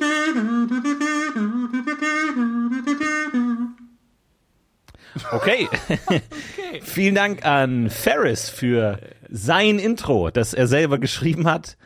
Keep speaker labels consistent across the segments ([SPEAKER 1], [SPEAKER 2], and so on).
[SPEAKER 1] Okay. Vielen Dank an Ferris für sein Intro, das er selber geschrieben hat.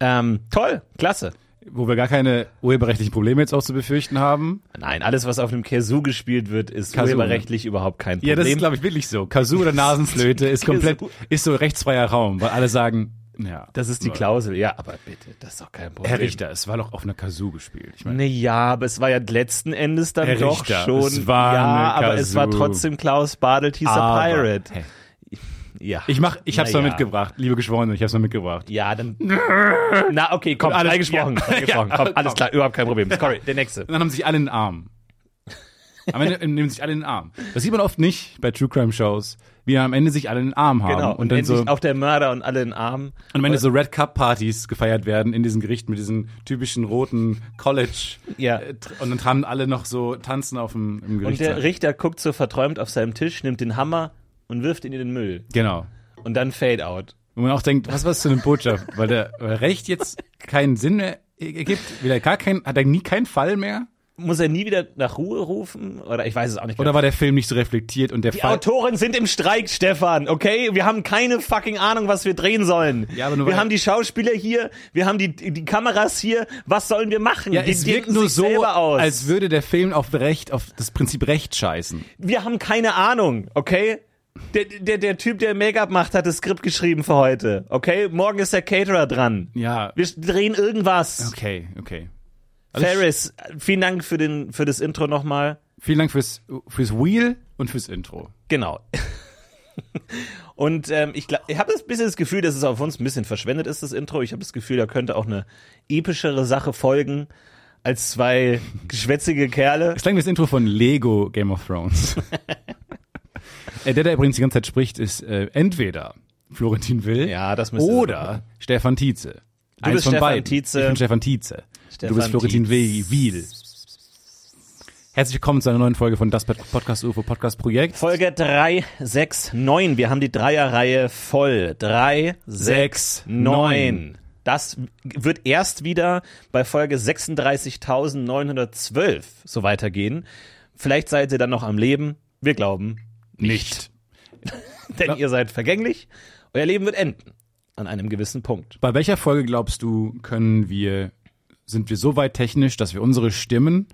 [SPEAKER 1] Ähm, toll, klasse.
[SPEAKER 2] Wo wir gar keine urheberrechtlichen Probleme jetzt auch zu befürchten haben.
[SPEAKER 1] Nein, alles, was auf einem Kazoo gespielt wird, ist
[SPEAKER 2] Kazoo, ne?
[SPEAKER 1] urheberrechtlich überhaupt kein Problem.
[SPEAKER 2] Ja, das ist, glaube ich, wirklich so. Kazoo oder Nasenflöte ist komplett, ist so rechtsfreier Raum, weil alle sagen, ja.
[SPEAKER 1] das ist die Klausel. Ja, aber bitte, das ist doch kein Problem.
[SPEAKER 2] Herr Richter, es war doch auf einer Kazoo gespielt. Ich meine,
[SPEAKER 1] Nee, ja, aber es war ja letzten Endes dann
[SPEAKER 2] Herr
[SPEAKER 1] doch
[SPEAKER 2] Richter,
[SPEAKER 1] schon.
[SPEAKER 2] es war
[SPEAKER 1] ja,
[SPEAKER 2] eine
[SPEAKER 1] aber es war
[SPEAKER 2] Kazoo.
[SPEAKER 1] trotzdem Klaus Badelt, hieß
[SPEAKER 2] Aber-
[SPEAKER 1] er Pirate.
[SPEAKER 2] Hey.
[SPEAKER 1] Ja.
[SPEAKER 2] ich mach, ich hab's
[SPEAKER 1] Na
[SPEAKER 2] mal
[SPEAKER 1] ja.
[SPEAKER 2] mitgebracht, liebe Geschworene, ich hab's mal mitgebracht.
[SPEAKER 1] Ja, dann. Na, okay, komm,
[SPEAKER 2] Alles-
[SPEAKER 1] alles gesprochen.
[SPEAKER 2] ja.
[SPEAKER 1] frei gesprochen.
[SPEAKER 2] Ja,
[SPEAKER 1] komm, alles
[SPEAKER 2] komm.
[SPEAKER 1] klar, überhaupt kein Problem. Sorry, der nächste.
[SPEAKER 2] Und dann haben sich alle in den Arm. Am Ende nehmen sich alle in den Arm. Das sieht man oft nicht bei True Crime Shows, wie dann am Ende sich alle in den Arm haben
[SPEAKER 1] Genau.
[SPEAKER 2] und dann
[SPEAKER 1] endlich
[SPEAKER 2] so
[SPEAKER 1] auf der Mörder und alle in den Armen.
[SPEAKER 2] Und wenn so Red Cup Partys gefeiert werden in diesem Gericht mit diesen typischen roten College.
[SPEAKER 1] Ja.
[SPEAKER 2] äh, tr- Und dann haben alle noch so tanzen auf dem im
[SPEAKER 1] Und
[SPEAKER 2] Gericht.
[SPEAKER 1] der Richter guckt so verträumt auf seinem Tisch, nimmt den Hammer und wirft ihn in den Müll.
[SPEAKER 2] genau.
[SPEAKER 1] Und dann Fade Out.
[SPEAKER 2] Und man auch denkt, was war das für eine Botschaft? Weil der weil Recht jetzt keinen Sinn mehr e-, ergibt, wieder gar kein, hat er nie keinen Fall mehr?
[SPEAKER 1] Muss er nie wieder nach Ruhe rufen? Oder ich weiß es auch nicht. genau.
[SPEAKER 2] Oder war der Film nicht so reflektiert und der
[SPEAKER 1] die
[SPEAKER 2] Fall.
[SPEAKER 1] Autoren sind im Streik, Stefan, okay? Wir haben keine fucking Ahnung, was wir drehen sollen.
[SPEAKER 2] Ja, aber nur
[SPEAKER 1] wir
[SPEAKER 2] weil-
[SPEAKER 1] haben die Schauspieler hier, wir haben die, die Kameras hier. Was sollen wir machen?
[SPEAKER 2] ja,
[SPEAKER 1] die
[SPEAKER 2] es
[SPEAKER 1] denken
[SPEAKER 2] wirkt nur
[SPEAKER 1] sich
[SPEAKER 2] so,
[SPEAKER 1] selber aus.
[SPEAKER 2] als würde der Film auf Recht, auf das Prinzip Recht scheißen.
[SPEAKER 1] wir haben keine Ahnung, okay? Der, der, der Typ, der Make-up macht, hat das Skript geschrieben für heute, okay? Morgen ist der Caterer dran.
[SPEAKER 2] Ja.
[SPEAKER 1] Wir drehen irgendwas.
[SPEAKER 2] Okay, okay.
[SPEAKER 1] Ferris, vielen Dank für, den, für das Intro nochmal.
[SPEAKER 2] Vielen Dank fürs, fürs Wheel und fürs Intro.
[SPEAKER 1] Genau. Und ähm, ich, glaub- ich habe ein bisschen das Gefühl, dass es auf uns ein bisschen verschwendet ist, das Intro. Ich habe das Gefühl, da könnte auch eine epischere Sache folgen als zwei geschwätzige Kerle.
[SPEAKER 2] Es klang wie das Intro von Lego Game of Thrones. Äh, der, der übrigens die ganze Zeit spricht, ist äh, entweder Florentin Will
[SPEAKER 1] Ja, das müsste
[SPEAKER 2] oder Stefan Tietze. Du
[SPEAKER 1] bist Stefan Tietze.
[SPEAKER 2] Ich bin Stefan Tietze.
[SPEAKER 1] Stefan
[SPEAKER 2] du bist Florentin Will.
[SPEAKER 1] Tietz.
[SPEAKER 2] Wiel. Herzlich willkommen zu einer neuen Folge von Das Podcast UFO Podcast Projekt.
[SPEAKER 1] Folge 369. Wir haben die Dreierreihe voll. 369. Das wird erst wieder bei Folge 36.912 so weitergehen. Vielleicht seid ihr dann noch am Leben. Wir glauben,
[SPEAKER 2] Nicht.
[SPEAKER 1] denn ihr seid vergänglich. Euer Leben wird enden. An einem gewissen Punkt.
[SPEAKER 2] Bei welcher Folge glaubst du, können wir, sind wir so weit technisch, dass wir unsere Stimmen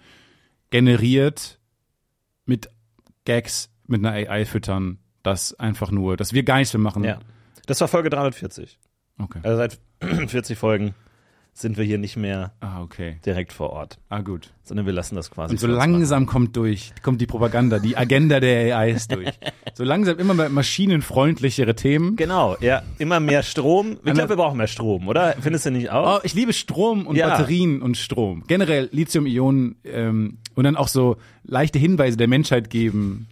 [SPEAKER 2] generiert mit Gags, mit einer AI füttern, dass einfach nur, dass wir gar nichts mehr machen?
[SPEAKER 1] Ja. Das war Folge 340.
[SPEAKER 2] Okay.
[SPEAKER 1] Also seit 40 Folgen sind wir hier nicht mehr
[SPEAKER 2] Ah, okay.
[SPEAKER 1] direkt vor Ort,
[SPEAKER 2] Ah, gut.
[SPEAKER 1] sondern wir lassen das quasi.
[SPEAKER 2] Und so
[SPEAKER 1] für uns machen.
[SPEAKER 2] langsam kommt durch, kommt die Propaganda, die Agenda der AIs durch. So langsam immer mehr maschinenfreundlichere Themen.
[SPEAKER 1] Genau, ja, immer mehr Strom. Ich glaube, wir brauchen mehr Strom, oder? Findest du nicht auch?
[SPEAKER 2] Oh, ich liebe Strom und
[SPEAKER 1] Ja.
[SPEAKER 2] Batterien und Strom. Generell Lithium-Ionen ähm, und dann auch so leichte Hinweise der Menschheit geben.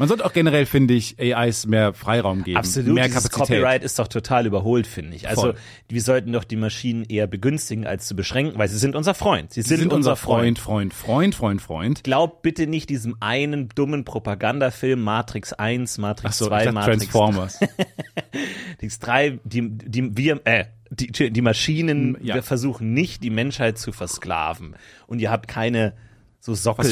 [SPEAKER 2] Man sollte auch generell, finde ich, AIs mehr Freiraum geben.
[SPEAKER 1] Absolut,
[SPEAKER 2] Oh, Mehr
[SPEAKER 1] dieses
[SPEAKER 2] Kapazität.
[SPEAKER 1] Copyright ist doch total überholt, finde ich. Also
[SPEAKER 2] Voll.
[SPEAKER 1] wir sollten doch die Maschinen eher begünstigen als zu beschränken, weil sie sind unser Freund. Sie
[SPEAKER 2] Sie
[SPEAKER 1] sind,
[SPEAKER 2] sind unser Freund, Freund, Freund, Freund, Freund.
[SPEAKER 1] Glaub bitte nicht diesem einen dummen Propagandafilm Matrix 1, Matrix
[SPEAKER 2] So,
[SPEAKER 1] 2,
[SPEAKER 2] ich dachte
[SPEAKER 1] Matrix
[SPEAKER 2] Transformers.
[SPEAKER 1] 3, die, die, wir, äh, die, die Maschinen
[SPEAKER 2] Hm, Ja.
[SPEAKER 1] wir versuchen nicht, die Menschheit zu versklaven. Und ihr habt keine so Sockel im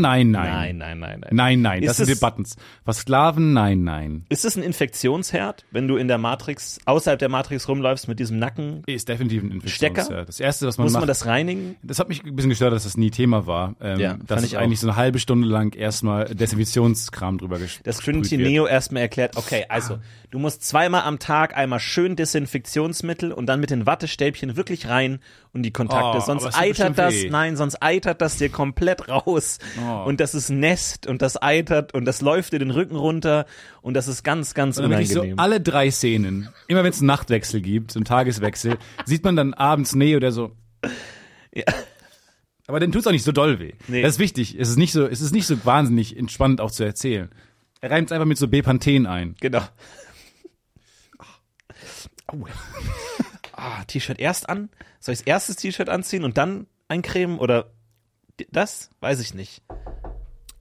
[SPEAKER 1] Nacken.
[SPEAKER 2] nein,
[SPEAKER 1] Nein,
[SPEAKER 2] nein.
[SPEAKER 1] nein, nein, nein.
[SPEAKER 2] Nein, nein, das
[SPEAKER 1] Ist
[SPEAKER 2] sind die
[SPEAKER 1] es-
[SPEAKER 2] Buttons. Was Sklaven, nein, nein.
[SPEAKER 1] Ist es ein Infektionsherd, wenn du in der Matrix, außerhalb der Matrix rumläufst mit diesem Nacken?
[SPEAKER 2] Ist definitiv ein
[SPEAKER 1] Stecker?
[SPEAKER 2] Infektionsherd. Das Erste, was man
[SPEAKER 1] Muss
[SPEAKER 2] macht.
[SPEAKER 1] man das reinigen?
[SPEAKER 2] Das hat mich ein bisschen gestört, dass das nie Thema war. Ähm,
[SPEAKER 1] Ja,
[SPEAKER 2] dass
[SPEAKER 1] fand
[SPEAKER 2] es
[SPEAKER 1] ich
[SPEAKER 2] eigentlich so eine halbe Stunde lang erstmal Desinfektionskram drüber gesprochen
[SPEAKER 1] Dass Trinity Neo erstmal erklärt, okay,
[SPEAKER 2] Ah.
[SPEAKER 1] also du musst zweimal am Tag einmal schön Desinfektionsmittel und dann mit den Wattestäbchen wirklich rein und die Kontakte.
[SPEAKER 2] Oh,
[SPEAKER 1] sonst
[SPEAKER 2] aber es tut
[SPEAKER 1] eitert
[SPEAKER 2] bestimmt
[SPEAKER 1] das,
[SPEAKER 2] weh.
[SPEAKER 1] nein, sonst eitert das dir komplett raus.
[SPEAKER 2] Oh.
[SPEAKER 1] Und das ist Nest und das eitert und das läuft dir den Rücken runter und das ist ganz, ganz
[SPEAKER 2] Und dann wirklich so
[SPEAKER 1] unangenehm.
[SPEAKER 2] alle drei Szenen, immer wenn es einen Nachtwechsel gibt, so einen Tageswechsel, sieht man dann abends Neo, der so. Aber dann tut's auch nicht so doll weh.
[SPEAKER 1] Nee.
[SPEAKER 2] Das ist wichtig. Es ist nicht so, es ist nicht so wahnsinnig entspannend auch zu erzählen. Er reimt einfach mit so Bepanthen ein.
[SPEAKER 1] Genau. Au. Ah, T-Shirt erst an? Soll ich das erstes T-Shirt anziehen und dann eincremen oder d- das? Weiß ich nicht.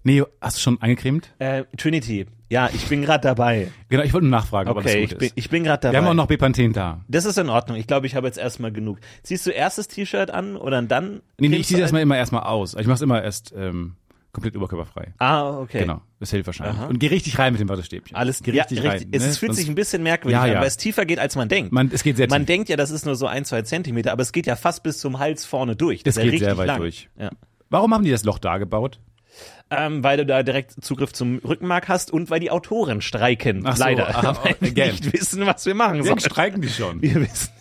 [SPEAKER 2] Neo, hast du schon eingecremt?
[SPEAKER 1] Äh, Trinity, ja, ich bin gerade dabei.
[SPEAKER 2] Genau, ich wollte nur nachfragen, ob alles
[SPEAKER 1] Okay,
[SPEAKER 2] gut
[SPEAKER 1] ich bin,
[SPEAKER 2] ist.
[SPEAKER 1] ich bin gerade dabei.
[SPEAKER 2] Wir haben auch noch Bepanthen da.
[SPEAKER 1] das ist in Ordnung. Ich glaube, ich habe jetzt erstmal genug. Ziehst du erstes T-Shirt an oder dann?
[SPEAKER 2] Nee, nee
[SPEAKER 1] cremst
[SPEAKER 2] ich ziehe
[SPEAKER 1] du
[SPEAKER 2] erstmal immer erstmal aus. Ich mach's immer erst ähm, komplett überkörperfrei.
[SPEAKER 1] Ah, okay.
[SPEAKER 2] Genau, das hilft wahrscheinlich.
[SPEAKER 1] Aha.
[SPEAKER 2] Und geh richtig rein mit dem Wattestäbchen.
[SPEAKER 1] Alles
[SPEAKER 2] geh
[SPEAKER 1] ja,
[SPEAKER 2] richtig rein.
[SPEAKER 1] Es
[SPEAKER 2] ne?
[SPEAKER 1] fühlt
[SPEAKER 2] Sonst-
[SPEAKER 1] sich ein bisschen merkwürdig
[SPEAKER 2] Ja,
[SPEAKER 1] an,
[SPEAKER 2] ja.
[SPEAKER 1] weil es tiefer geht, als man denkt.
[SPEAKER 2] man, es geht sehr
[SPEAKER 1] Man
[SPEAKER 2] tief.
[SPEAKER 1] denkt ja, das ist nur so ein, zwei Zentimeter, aber es geht ja fast bis zum Hals vorne durch.
[SPEAKER 2] Das
[SPEAKER 1] ist ja
[SPEAKER 2] geht
[SPEAKER 1] richtig
[SPEAKER 2] sehr weit
[SPEAKER 1] lang.
[SPEAKER 2] durch.
[SPEAKER 1] Ja.
[SPEAKER 2] Warum haben die das Loch da gebaut?
[SPEAKER 1] Ähm, weil du da direkt Zugriff zum Rückenmark hast und weil die Autoren streiken.
[SPEAKER 2] Ach so,
[SPEAKER 1] Leider.
[SPEAKER 2] ah,
[SPEAKER 1] weil wir
[SPEAKER 2] again.
[SPEAKER 1] nicht wissen, was wir machen sollen.
[SPEAKER 2] Sonst streiken die schon.
[SPEAKER 1] Wir wissen.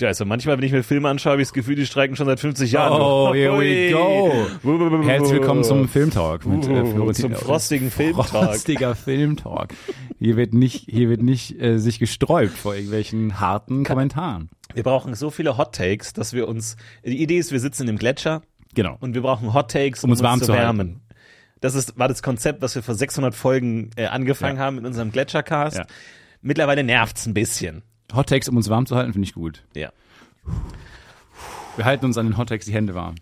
[SPEAKER 1] Ja, also manchmal, wenn ich mir Filme anschaue, habe ich das Gefühl, die streiken schon seit 50 Jahren.
[SPEAKER 2] Oh, here
[SPEAKER 1] Ui.
[SPEAKER 2] we go.
[SPEAKER 1] Wuh.
[SPEAKER 2] Herzlich willkommen zum Filmtalk mit äh, Florentin.
[SPEAKER 1] Zum frostigen Filmtalk.
[SPEAKER 2] Frostiger Filmtalk. Hier wird nicht, hier wird nicht äh, sich gesträubt vor irgendwelchen harten Kommentaren.
[SPEAKER 1] Wir brauchen so viele Hot Takes, dass wir uns. Die Idee ist, wir sitzen in dem Gletscher
[SPEAKER 2] Genau.
[SPEAKER 1] und wir brauchen Hot Takes, um,
[SPEAKER 2] uns warm zu halten.
[SPEAKER 1] wärmen. Das ist, war das Konzept, was wir vor 600 Folgen äh, angefangen haben mit unserem Gletschercast.
[SPEAKER 2] Ja.
[SPEAKER 1] Mittlerweile nervt's ein bisschen.
[SPEAKER 2] Hot Takes, um uns warm zu halten, finde ich gut.
[SPEAKER 1] Ja.
[SPEAKER 2] Wir halten uns an den Hot Takes die Hände warm.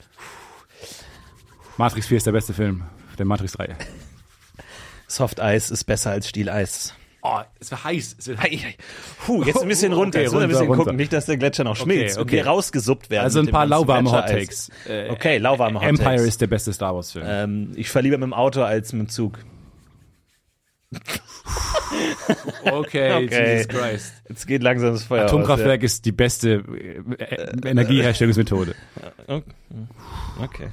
[SPEAKER 2] Matrix 4 ist der beste Film der Matrix-Reihe.
[SPEAKER 1] Soft Eis ist besser als Stieleis.
[SPEAKER 2] Oh, es wird heiß. Es wird
[SPEAKER 1] Ei, ei. Puh, jetzt ein bisschen
[SPEAKER 2] Okay,
[SPEAKER 1] runter. Oh, jetzt muss ein
[SPEAKER 2] runter,
[SPEAKER 1] bisschen
[SPEAKER 2] runter.
[SPEAKER 1] gucken, nicht, dass der Gletscher noch schmilzt und
[SPEAKER 2] okay.
[SPEAKER 1] wir rausgesuppt werden.
[SPEAKER 2] Also
[SPEAKER 1] mit
[SPEAKER 2] ein
[SPEAKER 1] dem
[SPEAKER 2] paar
[SPEAKER 1] ganzen
[SPEAKER 2] lauwarme Hot
[SPEAKER 1] Gletschereis.
[SPEAKER 2] Takes. Äh,
[SPEAKER 1] Okay, lauwarme Hot
[SPEAKER 2] Empire
[SPEAKER 1] Takes.
[SPEAKER 2] ist der beste Star Wars-Film.
[SPEAKER 1] Ähm, ich fahre lieber mit dem Auto als mit dem Zug.
[SPEAKER 2] Okay,
[SPEAKER 1] Okay.
[SPEAKER 2] Jesus Christ.
[SPEAKER 1] Jetzt geht langsam das Feuer.
[SPEAKER 2] Atomkraftwerk Oh, ist die beste äh, äh, Energieherstellungsmethode.
[SPEAKER 1] Aus, ja. Okay.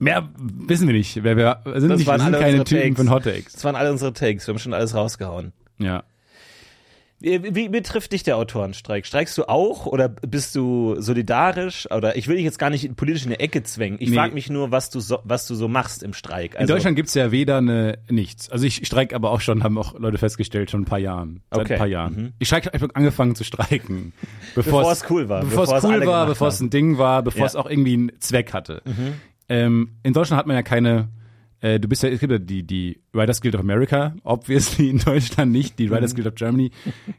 [SPEAKER 2] Mehr wissen wir nicht. Wir, wir sind,
[SPEAKER 1] Das
[SPEAKER 2] nicht, wir
[SPEAKER 1] waren
[SPEAKER 2] sind
[SPEAKER 1] alle
[SPEAKER 2] keine
[SPEAKER 1] unsere
[SPEAKER 2] Typen
[SPEAKER 1] Takes.
[SPEAKER 2] von Hot Takes.
[SPEAKER 1] Das waren alle unsere Takes. Wir haben schon alles rausgehauen.
[SPEAKER 2] Ja.
[SPEAKER 1] Wie, wie betrifft dich der Autorenstreik? Streikst du auch oder bist du solidarisch? Oder ich will dich jetzt gar nicht politisch in eine Ecke zwängen. Ich
[SPEAKER 2] Nee.
[SPEAKER 1] frage mich nur, was du so, was du so machst im Streik.
[SPEAKER 2] In
[SPEAKER 1] Also,
[SPEAKER 2] Deutschland gibt's ja weder eine, nichts. Also ich streik aber auch schon, haben auch Leute festgestellt, schon ein paar Jahren. Seit
[SPEAKER 1] Okay. mhm.
[SPEAKER 2] ein paar Jahren. Ich streik, ich habe angefangen zu streiken.
[SPEAKER 1] Bevor es cool war,
[SPEAKER 2] Bevor
[SPEAKER 1] bevor es
[SPEAKER 2] es cool
[SPEAKER 1] alle
[SPEAKER 2] war,
[SPEAKER 1] gemacht Mhm.
[SPEAKER 2] bevor es ein Ding war, bevor es auch irgendwie einen Zweck hatte. Ähm, in Deutschland hat man ja keine, äh, du bist ja, es gibt ja die, die Writers Guild of America, obviously in Deutschland nicht, die
[SPEAKER 1] Mhm.
[SPEAKER 2] Writers Guild of Germany.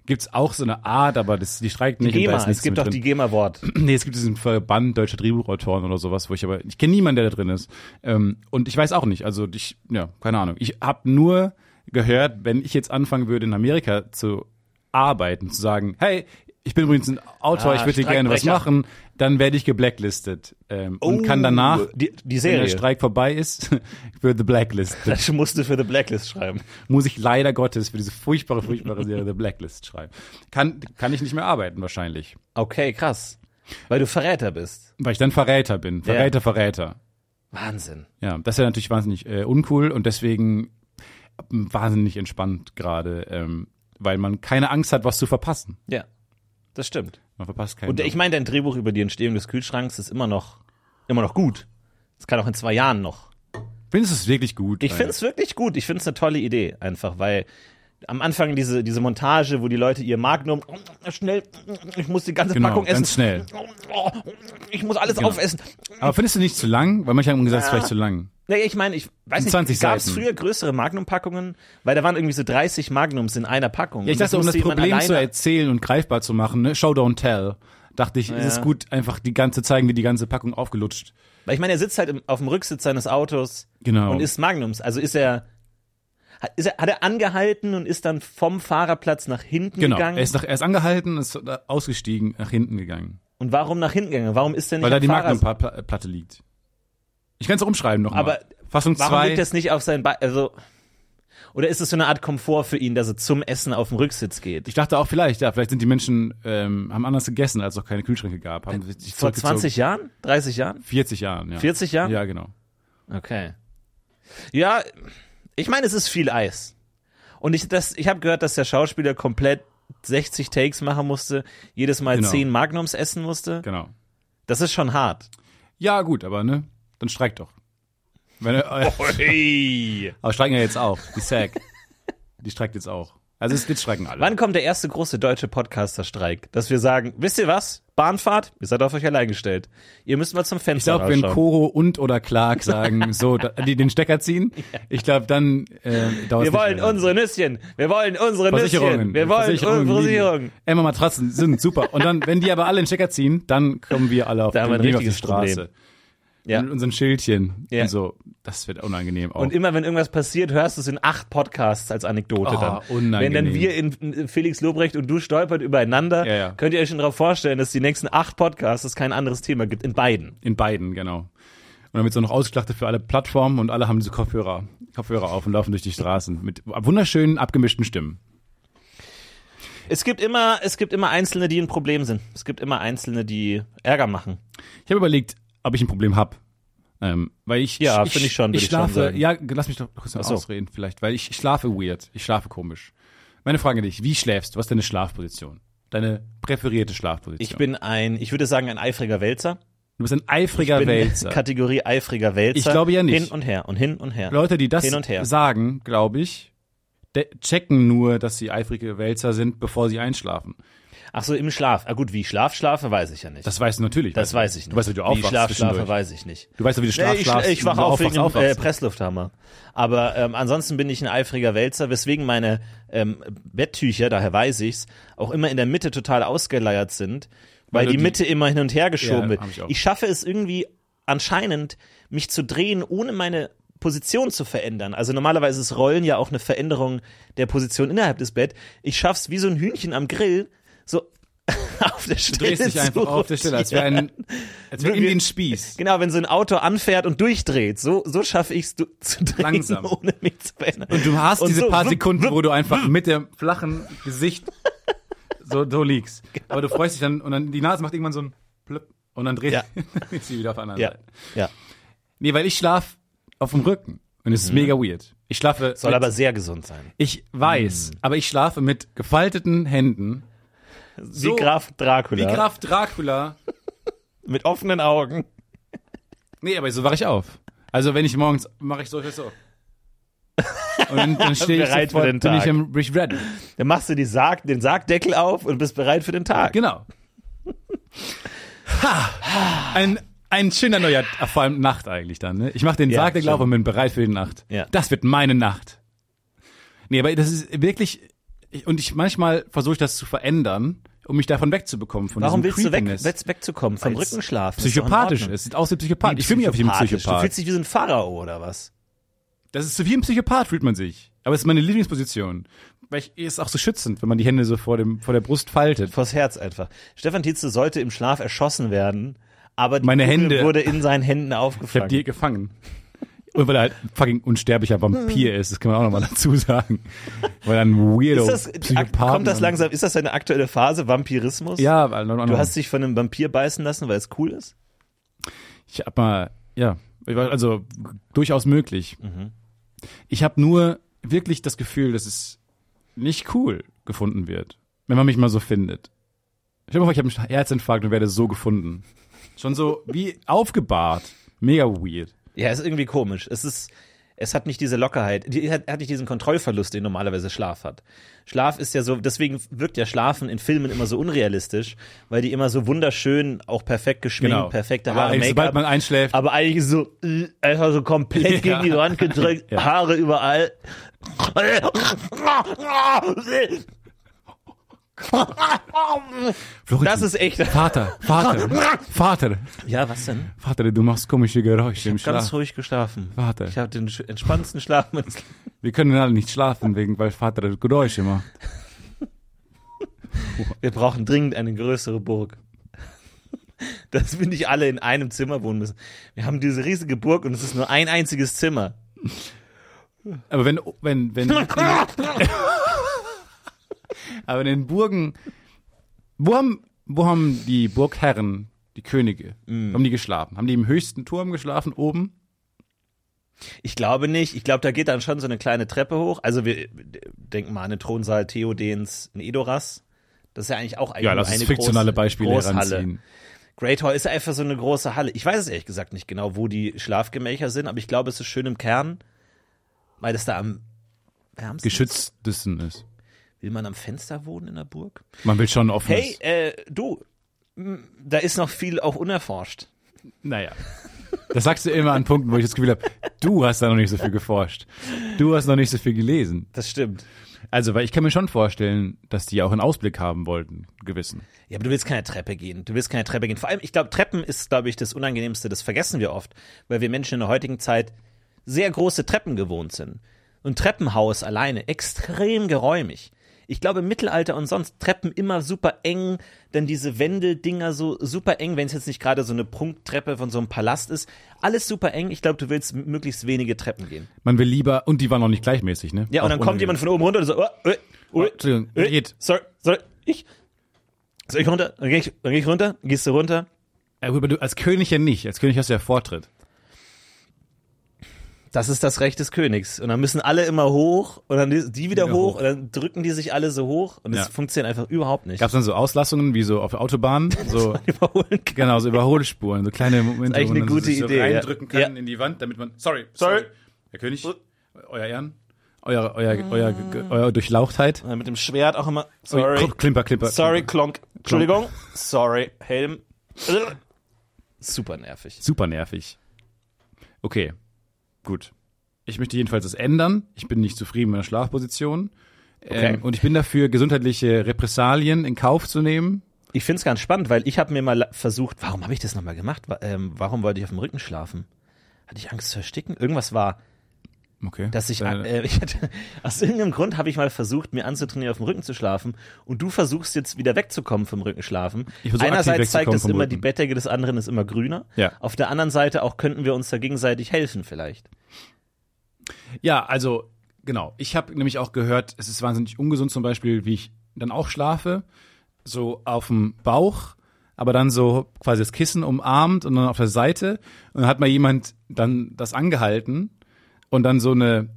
[SPEAKER 2] gibt's auch so eine Art, aber das, die streikt nicht. und da
[SPEAKER 1] GEMA.
[SPEAKER 2] ist nichts
[SPEAKER 1] Es gibt
[SPEAKER 2] mit
[SPEAKER 1] doch die
[SPEAKER 2] drin.
[SPEAKER 1] GEMA-Wort.
[SPEAKER 2] Nee, es gibt diesen Verband deutscher Drehbuchautoren oder sowas, wo ich aber, ich kenne niemanden, der da drin ist. Ähm, und ich weiß auch nicht, also ich, ja, keine Ahnung. Ich habe nur gehört, wenn ich jetzt anfangen würde, in Amerika zu arbeiten, zu sagen, hey, ich bin übrigens ein Autor,
[SPEAKER 1] Ah,
[SPEAKER 2] ich würde hier gerne was
[SPEAKER 1] Streikbrecher.
[SPEAKER 2] machen, dann werde ich geblacklistet ähm, und kann danach,
[SPEAKER 1] Oh, Die, die
[SPEAKER 2] wenn der
[SPEAKER 1] Serie.
[SPEAKER 2] Streik vorbei ist, für The Blacklist,
[SPEAKER 1] Das musste für The Blacklist schreiben.
[SPEAKER 2] muss ich leider Gottes für diese furchtbare, furchtbare Serie The Blacklist schreiben. Kann, kann ich nicht mehr arbeiten wahrscheinlich.
[SPEAKER 1] Okay, krass. Weil du Verräter bist.
[SPEAKER 2] Weil ich dann Verräter bin. Verräter, Verräter.
[SPEAKER 1] Wahnsinn.
[SPEAKER 2] Ja, das ist ja natürlich wahnsinnig äh, uncool und deswegen ähm, wahnsinnig entspannt gerade, ähm, weil man keine Angst hat, was zu verpassen.
[SPEAKER 1] Ja, das stimmt.
[SPEAKER 2] Man verpasst keinen.
[SPEAKER 1] Und ich meine, dein Drehbuch über die Entstehung des Kühlschranks ist immer noch, immer noch gut. Das kann auch in zwei Jahren noch.
[SPEAKER 2] findest du es wirklich gut?
[SPEAKER 1] Ich finde es wirklich gut. Ich finde es eine tolle Idee einfach, weil am Anfang diese, diese Montage, wo die Leute ihr Magnum, schnell, ich muss die ganze
[SPEAKER 2] genau,
[SPEAKER 1] Packung essen.
[SPEAKER 2] ganz schnell. Genau.
[SPEAKER 1] Ich muss alles aufessen.
[SPEAKER 2] Aber findest du nicht zu lang? Weil manche haben gesagt, es ist vielleicht zu lang.
[SPEAKER 1] Naja, ich meine, ich weiß nicht,
[SPEAKER 2] 20
[SPEAKER 1] gab es
[SPEAKER 2] Seiten.
[SPEAKER 1] früher größere Magnum-Packungen? Weil da waren irgendwie so 30 Magnums in einer Packung.
[SPEAKER 2] Ja, ich
[SPEAKER 1] Und
[SPEAKER 2] dachte, um das
[SPEAKER 1] musste jemand
[SPEAKER 2] Problem
[SPEAKER 1] alleine-
[SPEAKER 2] zu erzählen und greifbar zu machen, ne? Show don't tell, dachte ich, es ist gut, einfach die ganze zeigen, wie die ganze Packung aufgelutscht.
[SPEAKER 1] Weil ich meine, er sitzt halt im, auf dem Rücksitz seines Autos
[SPEAKER 2] Genau.
[SPEAKER 1] und isst Magnums. Also ist er, hat- ist er, hat er angehalten und ist dann vom Fahrerplatz nach hinten
[SPEAKER 2] genau.
[SPEAKER 1] gegangen?
[SPEAKER 2] Er ist nach, er ist angehalten, ist ausgestiegen, nach hinten gegangen.
[SPEAKER 1] und warum nach hinten gegangen? Warum ist er nicht
[SPEAKER 2] Weil
[SPEAKER 1] am
[SPEAKER 2] da die
[SPEAKER 1] Fahrer-
[SPEAKER 2] Magnum-Platte liegt. Ich kann es umschreiben nochmal.
[SPEAKER 1] Aber
[SPEAKER 2] Fassung
[SPEAKER 1] Warum
[SPEAKER 2] zwei.
[SPEAKER 1] liegt das nicht auf sein Be also Oder ist es so eine Art Komfort für ihn, dass er zum Essen auf dem Rücksitz geht?
[SPEAKER 2] Ich dachte auch vielleicht, ja, vielleicht sind die Menschen, ähm, haben anders gegessen, als es auch keine Kühlschränke gab. Haben sich
[SPEAKER 1] Äh, Vor
[SPEAKER 2] zurückgezogen.
[SPEAKER 1] 20 Jahren? 30 Jahren?
[SPEAKER 2] 40 Jahren, ja.
[SPEAKER 1] 40 Jahren?
[SPEAKER 2] Ja, genau.
[SPEAKER 1] Okay. Ja, ich meine, es ist viel Eis. Und ich, das- ich habe gehört, dass der Schauspieler komplett 60 Takes machen musste, jedes Mal
[SPEAKER 2] Genau.
[SPEAKER 1] 10 Magnums essen musste.
[SPEAKER 2] Genau.
[SPEAKER 1] Das ist schon hart.
[SPEAKER 2] Ja, gut, aber ne, dann streikt doch. Wenn, äh,
[SPEAKER 1] Hey.
[SPEAKER 2] aber streiken ja jetzt auch. Die SAG. die streikt jetzt auch. Also es jetzt streiken alle.
[SPEAKER 1] Wann kommt der erste große deutsche Podcaster-Streik? Dass wir sagen, wisst ihr was? Bahnfahrt, ihr seid auf euch allein gestellt. Ihr müsst mal zum
[SPEAKER 2] Ich
[SPEAKER 1] Fenster
[SPEAKER 2] glaube, wenn
[SPEAKER 1] rausschauen.
[SPEAKER 2] Koro und oder Clark sagen, so, da, die den Stecker ziehen, ich glaube, dann äh, dauert
[SPEAKER 1] wir wollen unsere Nüsschen, wir wollen unsere Nüsschen,
[SPEAKER 2] Versicherungen.
[SPEAKER 1] wir wollen
[SPEAKER 2] Versicherungen
[SPEAKER 1] unsere
[SPEAKER 2] liegen.
[SPEAKER 1] Versicherung.
[SPEAKER 2] Emma Matratzen sind super. Und dann, wenn die aber alle den Stecker ziehen, dann kommen wir alle auf,
[SPEAKER 1] Da haben wir ein
[SPEAKER 2] gehen auf die
[SPEAKER 1] richtiges
[SPEAKER 2] Straße.
[SPEAKER 1] Problem. Ja.
[SPEAKER 2] Mit unseren Schildchen.
[SPEAKER 1] Ja.
[SPEAKER 2] Und so. Das wird unangenehm auch.
[SPEAKER 1] Und immer wenn irgendwas passiert, hörst du es in acht Podcasts als Anekdote
[SPEAKER 2] Oh,
[SPEAKER 1] dann.
[SPEAKER 2] unangenehm.
[SPEAKER 1] Wenn dann wir in in Felix Lobrecht und du stolpert übereinander,
[SPEAKER 2] Ja, ja.
[SPEAKER 1] könnt ihr euch schon darauf vorstellen, dass die nächsten acht Podcasts es kein anderes Thema gibt in beiden.
[SPEAKER 2] in beiden, genau. Und dann wird es auch noch ausgeschlachtet für alle Plattformen und alle haben diese Kopfhörer, Kopfhörer auf und laufen durch die Straßen mit wunderschönen, abgemischten Stimmen.
[SPEAKER 1] Es gibt immer, es gibt immer Einzelne, die ein Problem sind. Es gibt immer Einzelne, die Ärger machen.
[SPEAKER 2] Ich habe überlegt, ob ich ein Problem habe. Ähm, weil ich,
[SPEAKER 1] Ja,
[SPEAKER 2] ich,
[SPEAKER 1] finde ich schon,
[SPEAKER 2] Ich
[SPEAKER 1] würde ich schon
[SPEAKER 2] schlafe,
[SPEAKER 1] sagen.
[SPEAKER 2] ja, lass mich doch kurz mal
[SPEAKER 1] Ach so.
[SPEAKER 2] ausreden vielleicht, weil ich, ich schlafe weird, ich schlafe komisch. Meine Frage an dich, wie schläfst du? Was ist deine Schlafposition? Deine präferierte Schlafposition?
[SPEAKER 1] Ich bin ein, ich würde sagen, ein eifriger Wälzer.
[SPEAKER 2] du bist ein eifriger
[SPEAKER 1] bin
[SPEAKER 2] Wälzer.
[SPEAKER 1] Kategorie eifriger Wälzer.
[SPEAKER 2] Ich glaube ja nicht.
[SPEAKER 1] Hin und her und hin und her.
[SPEAKER 2] Leute, die das
[SPEAKER 1] Hin und her.
[SPEAKER 2] sagen, glaube ich, de- checken nur, dass sie eifrige Wälzer sind, bevor sie einschlafen.
[SPEAKER 1] Ach so, im Schlaf. Ah gut, wie ich schlaf schlafe, weiß ich ja nicht. Das,
[SPEAKER 2] Das weißt du natürlich.
[SPEAKER 1] weiß ich nicht.
[SPEAKER 2] Du weißt, wie
[SPEAKER 1] wie
[SPEAKER 2] du
[SPEAKER 1] ich
[SPEAKER 2] aufwachst
[SPEAKER 1] schlaf
[SPEAKER 2] zwischendurch.
[SPEAKER 1] schlafe, weiß ich nicht.
[SPEAKER 2] Du weißt doch, wie du
[SPEAKER 1] Nee,
[SPEAKER 2] schlaf,
[SPEAKER 1] ich,
[SPEAKER 2] schlafst.
[SPEAKER 1] ich
[SPEAKER 2] wenn
[SPEAKER 1] wach
[SPEAKER 2] du
[SPEAKER 1] auf
[SPEAKER 2] aufwachst,
[SPEAKER 1] wegen äh, Presslufthammer. Aber ähm, ansonsten bin ich ein eifriger Wälzer, weswegen meine ähm, Betttücher, daher weiß ich's, auch immer in der Mitte total ausgeleiert sind, weil,
[SPEAKER 2] Weil du
[SPEAKER 1] die,
[SPEAKER 2] die-
[SPEAKER 1] Mitte immer hin und her
[SPEAKER 2] Ja,
[SPEAKER 1] geschoben wird.
[SPEAKER 2] hab ich auch.
[SPEAKER 1] Ich schaffe es irgendwie anscheinend, mich zu drehen, ohne meine Position zu verändern. Also normalerweise ist Rollen ja auch eine Veränderung der Position innerhalb des Bett. Ich schaff's wie so ein Hühnchen am Grill, so auf der
[SPEAKER 2] Du
[SPEAKER 1] Stelle
[SPEAKER 2] drehst dich einfach
[SPEAKER 1] zu
[SPEAKER 2] auf der Stelle, als wäre
[SPEAKER 1] rotieren.
[SPEAKER 2] ein, als wär in
[SPEAKER 1] Wir-
[SPEAKER 2] den Spieß.
[SPEAKER 1] Genau, wenn so ein Auto anfährt und durchdreht, so, so schaffe ich es zu drehen,
[SPEAKER 2] Langsam.
[SPEAKER 1] ohne mich zu verändern.
[SPEAKER 2] Und du hast diese
[SPEAKER 1] so,
[SPEAKER 2] paar Sekunden, wo du einfach mit dem flachen Gesicht so, so liegst.
[SPEAKER 1] Genau.
[SPEAKER 2] Aber du freust dich dann und dann die Nase macht irgendwann so ein Plöpp und dann dreht
[SPEAKER 1] Ja.
[SPEAKER 2] dreht sie wieder auf der anderen
[SPEAKER 1] Ja,
[SPEAKER 2] Seite.
[SPEAKER 1] ja.
[SPEAKER 2] Nee, weil ich schlaf auf dem Rücken und es ist mega weird. Ich schlafe
[SPEAKER 1] Mhm. Soll
[SPEAKER 2] mit,
[SPEAKER 1] aber Mhm. sehr gesund sein.
[SPEAKER 2] ich weiß, aber ich schlafe mit gefalteten Händen So.
[SPEAKER 1] wie Graf
[SPEAKER 2] wie
[SPEAKER 1] Dracula.
[SPEAKER 2] Graf Dracula.
[SPEAKER 1] mit offenen Augen.
[SPEAKER 2] Nee, aber so wache ich auf. Also wenn ich morgens mache ich so, ich so. Und dann, dann stehe ich
[SPEAKER 1] Bereit für
[SPEAKER 2] sofort,
[SPEAKER 1] den
[SPEAKER 2] bin ich
[SPEAKER 1] Tag.
[SPEAKER 2] im bin ich ready.
[SPEAKER 1] Dann machst du die Sarg, den Sargdeckel auf und bist bereit für den Tag.
[SPEAKER 2] Genau. Ha! Ein, ein schöner neuer, ah, vor allem Nacht eigentlich dann. Ne? Ich mache den
[SPEAKER 1] Ja,
[SPEAKER 2] Sarg der Glaube und bin bereit für die Nacht.
[SPEAKER 1] Ja.
[SPEAKER 2] Das wird meine Nacht. Nee, aber das ist wirklich, ich- und ich manchmal versuche ich das zu verändern, um mich davon wegzubekommen von
[SPEAKER 1] Warum
[SPEAKER 2] diesem
[SPEAKER 1] willst du weg,
[SPEAKER 2] Creepiness.
[SPEAKER 1] weg, wegzukommen vom
[SPEAKER 2] Weil's
[SPEAKER 1] Rückenschlaf? Das ist doch in
[SPEAKER 2] Psychopathisch
[SPEAKER 1] Ordnung.
[SPEAKER 2] ist. Sieht aus wie ein Psychopath.
[SPEAKER 1] Wie
[SPEAKER 2] ich fühle mich auf jeden
[SPEAKER 1] psychopathisch? Du
[SPEAKER 2] Psychopath.
[SPEAKER 1] fühlst dich wie so ein Pharao oder was?
[SPEAKER 2] Das ist so wie ein Psychopath, fühlt man sich. Aber es ist meine Lieblingsposition. Weil ich, ist auch so schützend, wenn man die Hände so vor, dem, vor der Brust faltet.
[SPEAKER 1] Vors Herz einfach. Stefan Tietze sollte im Schlaf erschossen werden, aber die
[SPEAKER 2] Meine
[SPEAKER 1] Kugel
[SPEAKER 2] Hände.
[SPEAKER 1] wurde in seinen Händen
[SPEAKER 2] Ich hab
[SPEAKER 1] aufgefangen.
[SPEAKER 2] die gefangen. Und weil er halt fucking unsterblicher Vampir ist, das kann man auch nochmal dazu sagen. Weil er ein Weirdo
[SPEAKER 1] ist das, ah,
[SPEAKER 2] Psychopath
[SPEAKER 1] kommt das
[SPEAKER 2] und-
[SPEAKER 1] langsam, ist das deine aktuelle Phase, Vampirismus?
[SPEAKER 2] Ja, weil du
[SPEAKER 1] Du hast dich von einem Vampir beißen lassen, weil es cool ist?
[SPEAKER 2] ich hab mal, ja, ich war also durchaus möglich.
[SPEAKER 1] Mhm.
[SPEAKER 2] Ich habe nur wirklich das Gefühl, dass es nicht cool gefunden wird, wenn man mich mal so findet. Ich mal vor, ich habe einen Herzinfarkt und werde so gefunden. Schon so wie aufgebahrt. Mega weird.
[SPEAKER 1] Ja, ist irgendwie komisch. Es ist, es hat nicht diese Lockerheit, die hat, hat nicht diesen Kontrollverlust, den normalerweise Schlaf hat. Schlaf ist ja so, deswegen wirkt ja Schlafen in Filmen immer so unrealistisch, weil die immer so wunderschön, auch perfekt geschminkt, perfekte
[SPEAKER 2] Genau. Aber
[SPEAKER 1] Haare,
[SPEAKER 2] eigentlich, Ah, sobald man
[SPEAKER 1] Make-up.
[SPEAKER 2] einschläft,
[SPEAKER 1] Aber eigentlich so, äh, einfach so komplett
[SPEAKER 2] Ja.
[SPEAKER 1] gegen die Wand gedrückt,
[SPEAKER 2] Ja.
[SPEAKER 1] Haare überall.
[SPEAKER 2] Florentin,
[SPEAKER 1] Das ist echt.
[SPEAKER 2] Vater, Vater, Vater,
[SPEAKER 1] Ja, was denn?
[SPEAKER 2] Vater, du machst komische Geräusche im
[SPEAKER 1] Ganz
[SPEAKER 2] Schlaf.
[SPEAKER 1] ruhig geschlafen.
[SPEAKER 2] Warte.
[SPEAKER 1] Ich habe den sch- entspannendsten Schlaf meines
[SPEAKER 2] Wir können alle nicht schlafen, wegen, weil Vater Geräusche macht.
[SPEAKER 1] Wir brauchen dringend eine größere Burg. Dass wir nicht alle in einem Zimmer wohnen müssen. Wir haben diese riesige Burg und es ist nur ein einziges Zimmer.
[SPEAKER 2] Aber wenn, wenn, wenn, aber in den Burgen, wo haben, wo haben die Burgherren, die Könige, haben die geschlafen? Haben die im höchsten Turm geschlafen, oben?
[SPEAKER 1] Ich glaube nicht. Ich glaube, da geht dann schon so eine kleine Treppe hoch. Also wir äh, denken mal an den Thronsaal Theodens in Edoras. Das ist ja eigentlich auch eigentlich
[SPEAKER 2] Ja,
[SPEAKER 1] nur
[SPEAKER 2] lass
[SPEAKER 1] eine
[SPEAKER 2] uns fiktionale
[SPEAKER 1] große,
[SPEAKER 2] Beispiele
[SPEAKER 1] Großhalle.
[SPEAKER 2] heranziehen.
[SPEAKER 1] Great Hall ist ja einfach so eine große Halle. Ich weiß es ehrlich gesagt nicht genau, wo die Schlafgemächer sind, aber ich glaube, es ist schön im Kern, weil es da am wärmsten ist.
[SPEAKER 2] Geschütztesten ist.
[SPEAKER 1] Will man am Fenster wohnen in der Burg?
[SPEAKER 2] Man will schon offen.
[SPEAKER 1] Hey, äh, du, m, da ist noch viel auch unerforscht.
[SPEAKER 2] Naja. Das sagst du immer an Punkten, wo ich das Gefühl habe, du hast da noch nicht so viel geforscht. Du hast noch nicht so viel gelesen.
[SPEAKER 1] Das stimmt.
[SPEAKER 2] Also, weil ich kann mir schon vorstellen, dass die auch einen Ausblick haben wollten, gewissen.
[SPEAKER 1] Ja, aber du willst keine Treppe gehen. Du willst keine Treppe gehen. Vor allem, ich glaube, Treppen ist, glaube ich, das Unangenehmste. Das vergessen wir oft, weil wir Menschen in der heutigen Zeit sehr große Treppen gewohnt sind. Und Treppenhaus alleine extrem geräumig, Ich glaube, im Mittelalter und sonst Treppen immer super eng, dann diese Wände-Dinger so super eng, wenn es jetzt nicht gerade so eine Prunktreppe von so einem Palast ist. Alles super eng. Ich glaube, du willst möglichst wenige Treppen gehen.
[SPEAKER 2] Man will lieber, und die waren noch nicht gleichmäßig, ne?
[SPEAKER 1] Ja, und
[SPEAKER 2] Auch
[SPEAKER 1] dann kommt
[SPEAKER 2] unangenehm.
[SPEAKER 1] jemand von oben runter und so, oh, oh, oh,
[SPEAKER 2] Oh, Entschuldigung,
[SPEAKER 1] Äh,
[SPEAKER 2] geht.
[SPEAKER 1] Sorry, sorry, ich. Soll ich runter? Dann geh ich, dann geh ich runter, gehst du runter.
[SPEAKER 2] Ja, gut, aber du, als König ja nicht. Als König hast du ja Vortritt.
[SPEAKER 1] Das ist das Recht des Königs. Und dann müssen alle immer hoch und dann die die wieder,
[SPEAKER 2] Wieder
[SPEAKER 1] hoch,
[SPEAKER 2] hoch.
[SPEAKER 1] und dann drücken die sich alle so hoch und es
[SPEAKER 2] Ja.
[SPEAKER 1] funktioniert einfach überhaupt nicht.
[SPEAKER 2] Gab es dann so Auslassungen wie so auf Autobahnen? So,
[SPEAKER 1] Überholen kann.
[SPEAKER 2] genau, so Überholspuren, so kleine Momente,
[SPEAKER 1] eigentlich eine
[SPEAKER 2] wo man
[SPEAKER 1] gute
[SPEAKER 2] sich so
[SPEAKER 1] Idee, ja.
[SPEAKER 2] reindrücken kann in die Wand, damit man. Sorry, sorry. Herr König,
[SPEAKER 1] Hm?
[SPEAKER 2] euer Ehren, euer, euer, euer, euer Durchlauchtheit.
[SPEAKER 1] Und dann Mit dem Schwert auch immer.
[SPEAKER 2] Ui,
[SPEAKER 1] Ah. Sorry.
[SPEAKER 2] kl- Klimper, klimper.
[SPEAKER 1] Sorry,
[SPEAKER 2] klimper.
[SPEAKER 1] Klonk. Entschuldigung. Sorry, Helm. Super nervig.
[SPEAKER 2] Super nervig. Okay, gut. Ich möchte jedenfalls das ändern. Ich bin nicht zufrieden mit meiner Schlafposition. Ähm, und ich bin dafür, gesundheitliche Repressalien in Kauf zu nehmen.
[SPEAKER 1] Ich find's ganz spannend, weil ich habe mir mal versucht, warum habe ich das nochmal gemacht? Wa- Ähm, warum wollte ich auf dem Rücken schlafen? Hatte ich Angst zu ersticken? Irgendwas war,
[SPEAKER 2] Okay.
[SPEAKER 1] dass ich,
[SPEAKER 2] Deine-
[SPEAKER 1] äh, ich hatte, aus irgendeinem Grund habe ich mal versucht, mir anzutrainieren, auf dem Rücken zu schlafen. Und du versuchst jetzt wieder wegzukommen vom Rückenschlafen.
[SPEAKER 2] Ich versuch aktiv
[SPEAKER 1] Einerseits
[SPEAKER 2] wegzukommen
[SPEAKER 1] zeigt es
[SPEAKER 2] vom
[SPEAKER 1] immer,
[SPEAKER 2] Rücken.
[SPEAKER 1] die Bettdecke des anderen ist immer grüner.
[SPEAKER 2] Ja.
[SPEAKER 1] Auf der anderen Seite auch könnten wir uns da gegenseitig helfen vielleicht.
[SPEAKER 2] Ja, also genau. Ich habe nämlich auch gehört, es ist wahnsinnig ungesund zum Beispiel, wie ich dann auch schlafe, so auf dem Bauch, aber dann so quasi das Kissen umarmt und dann auf der Seite. Und dann hat mal jemand dann das angehalten und dann so eine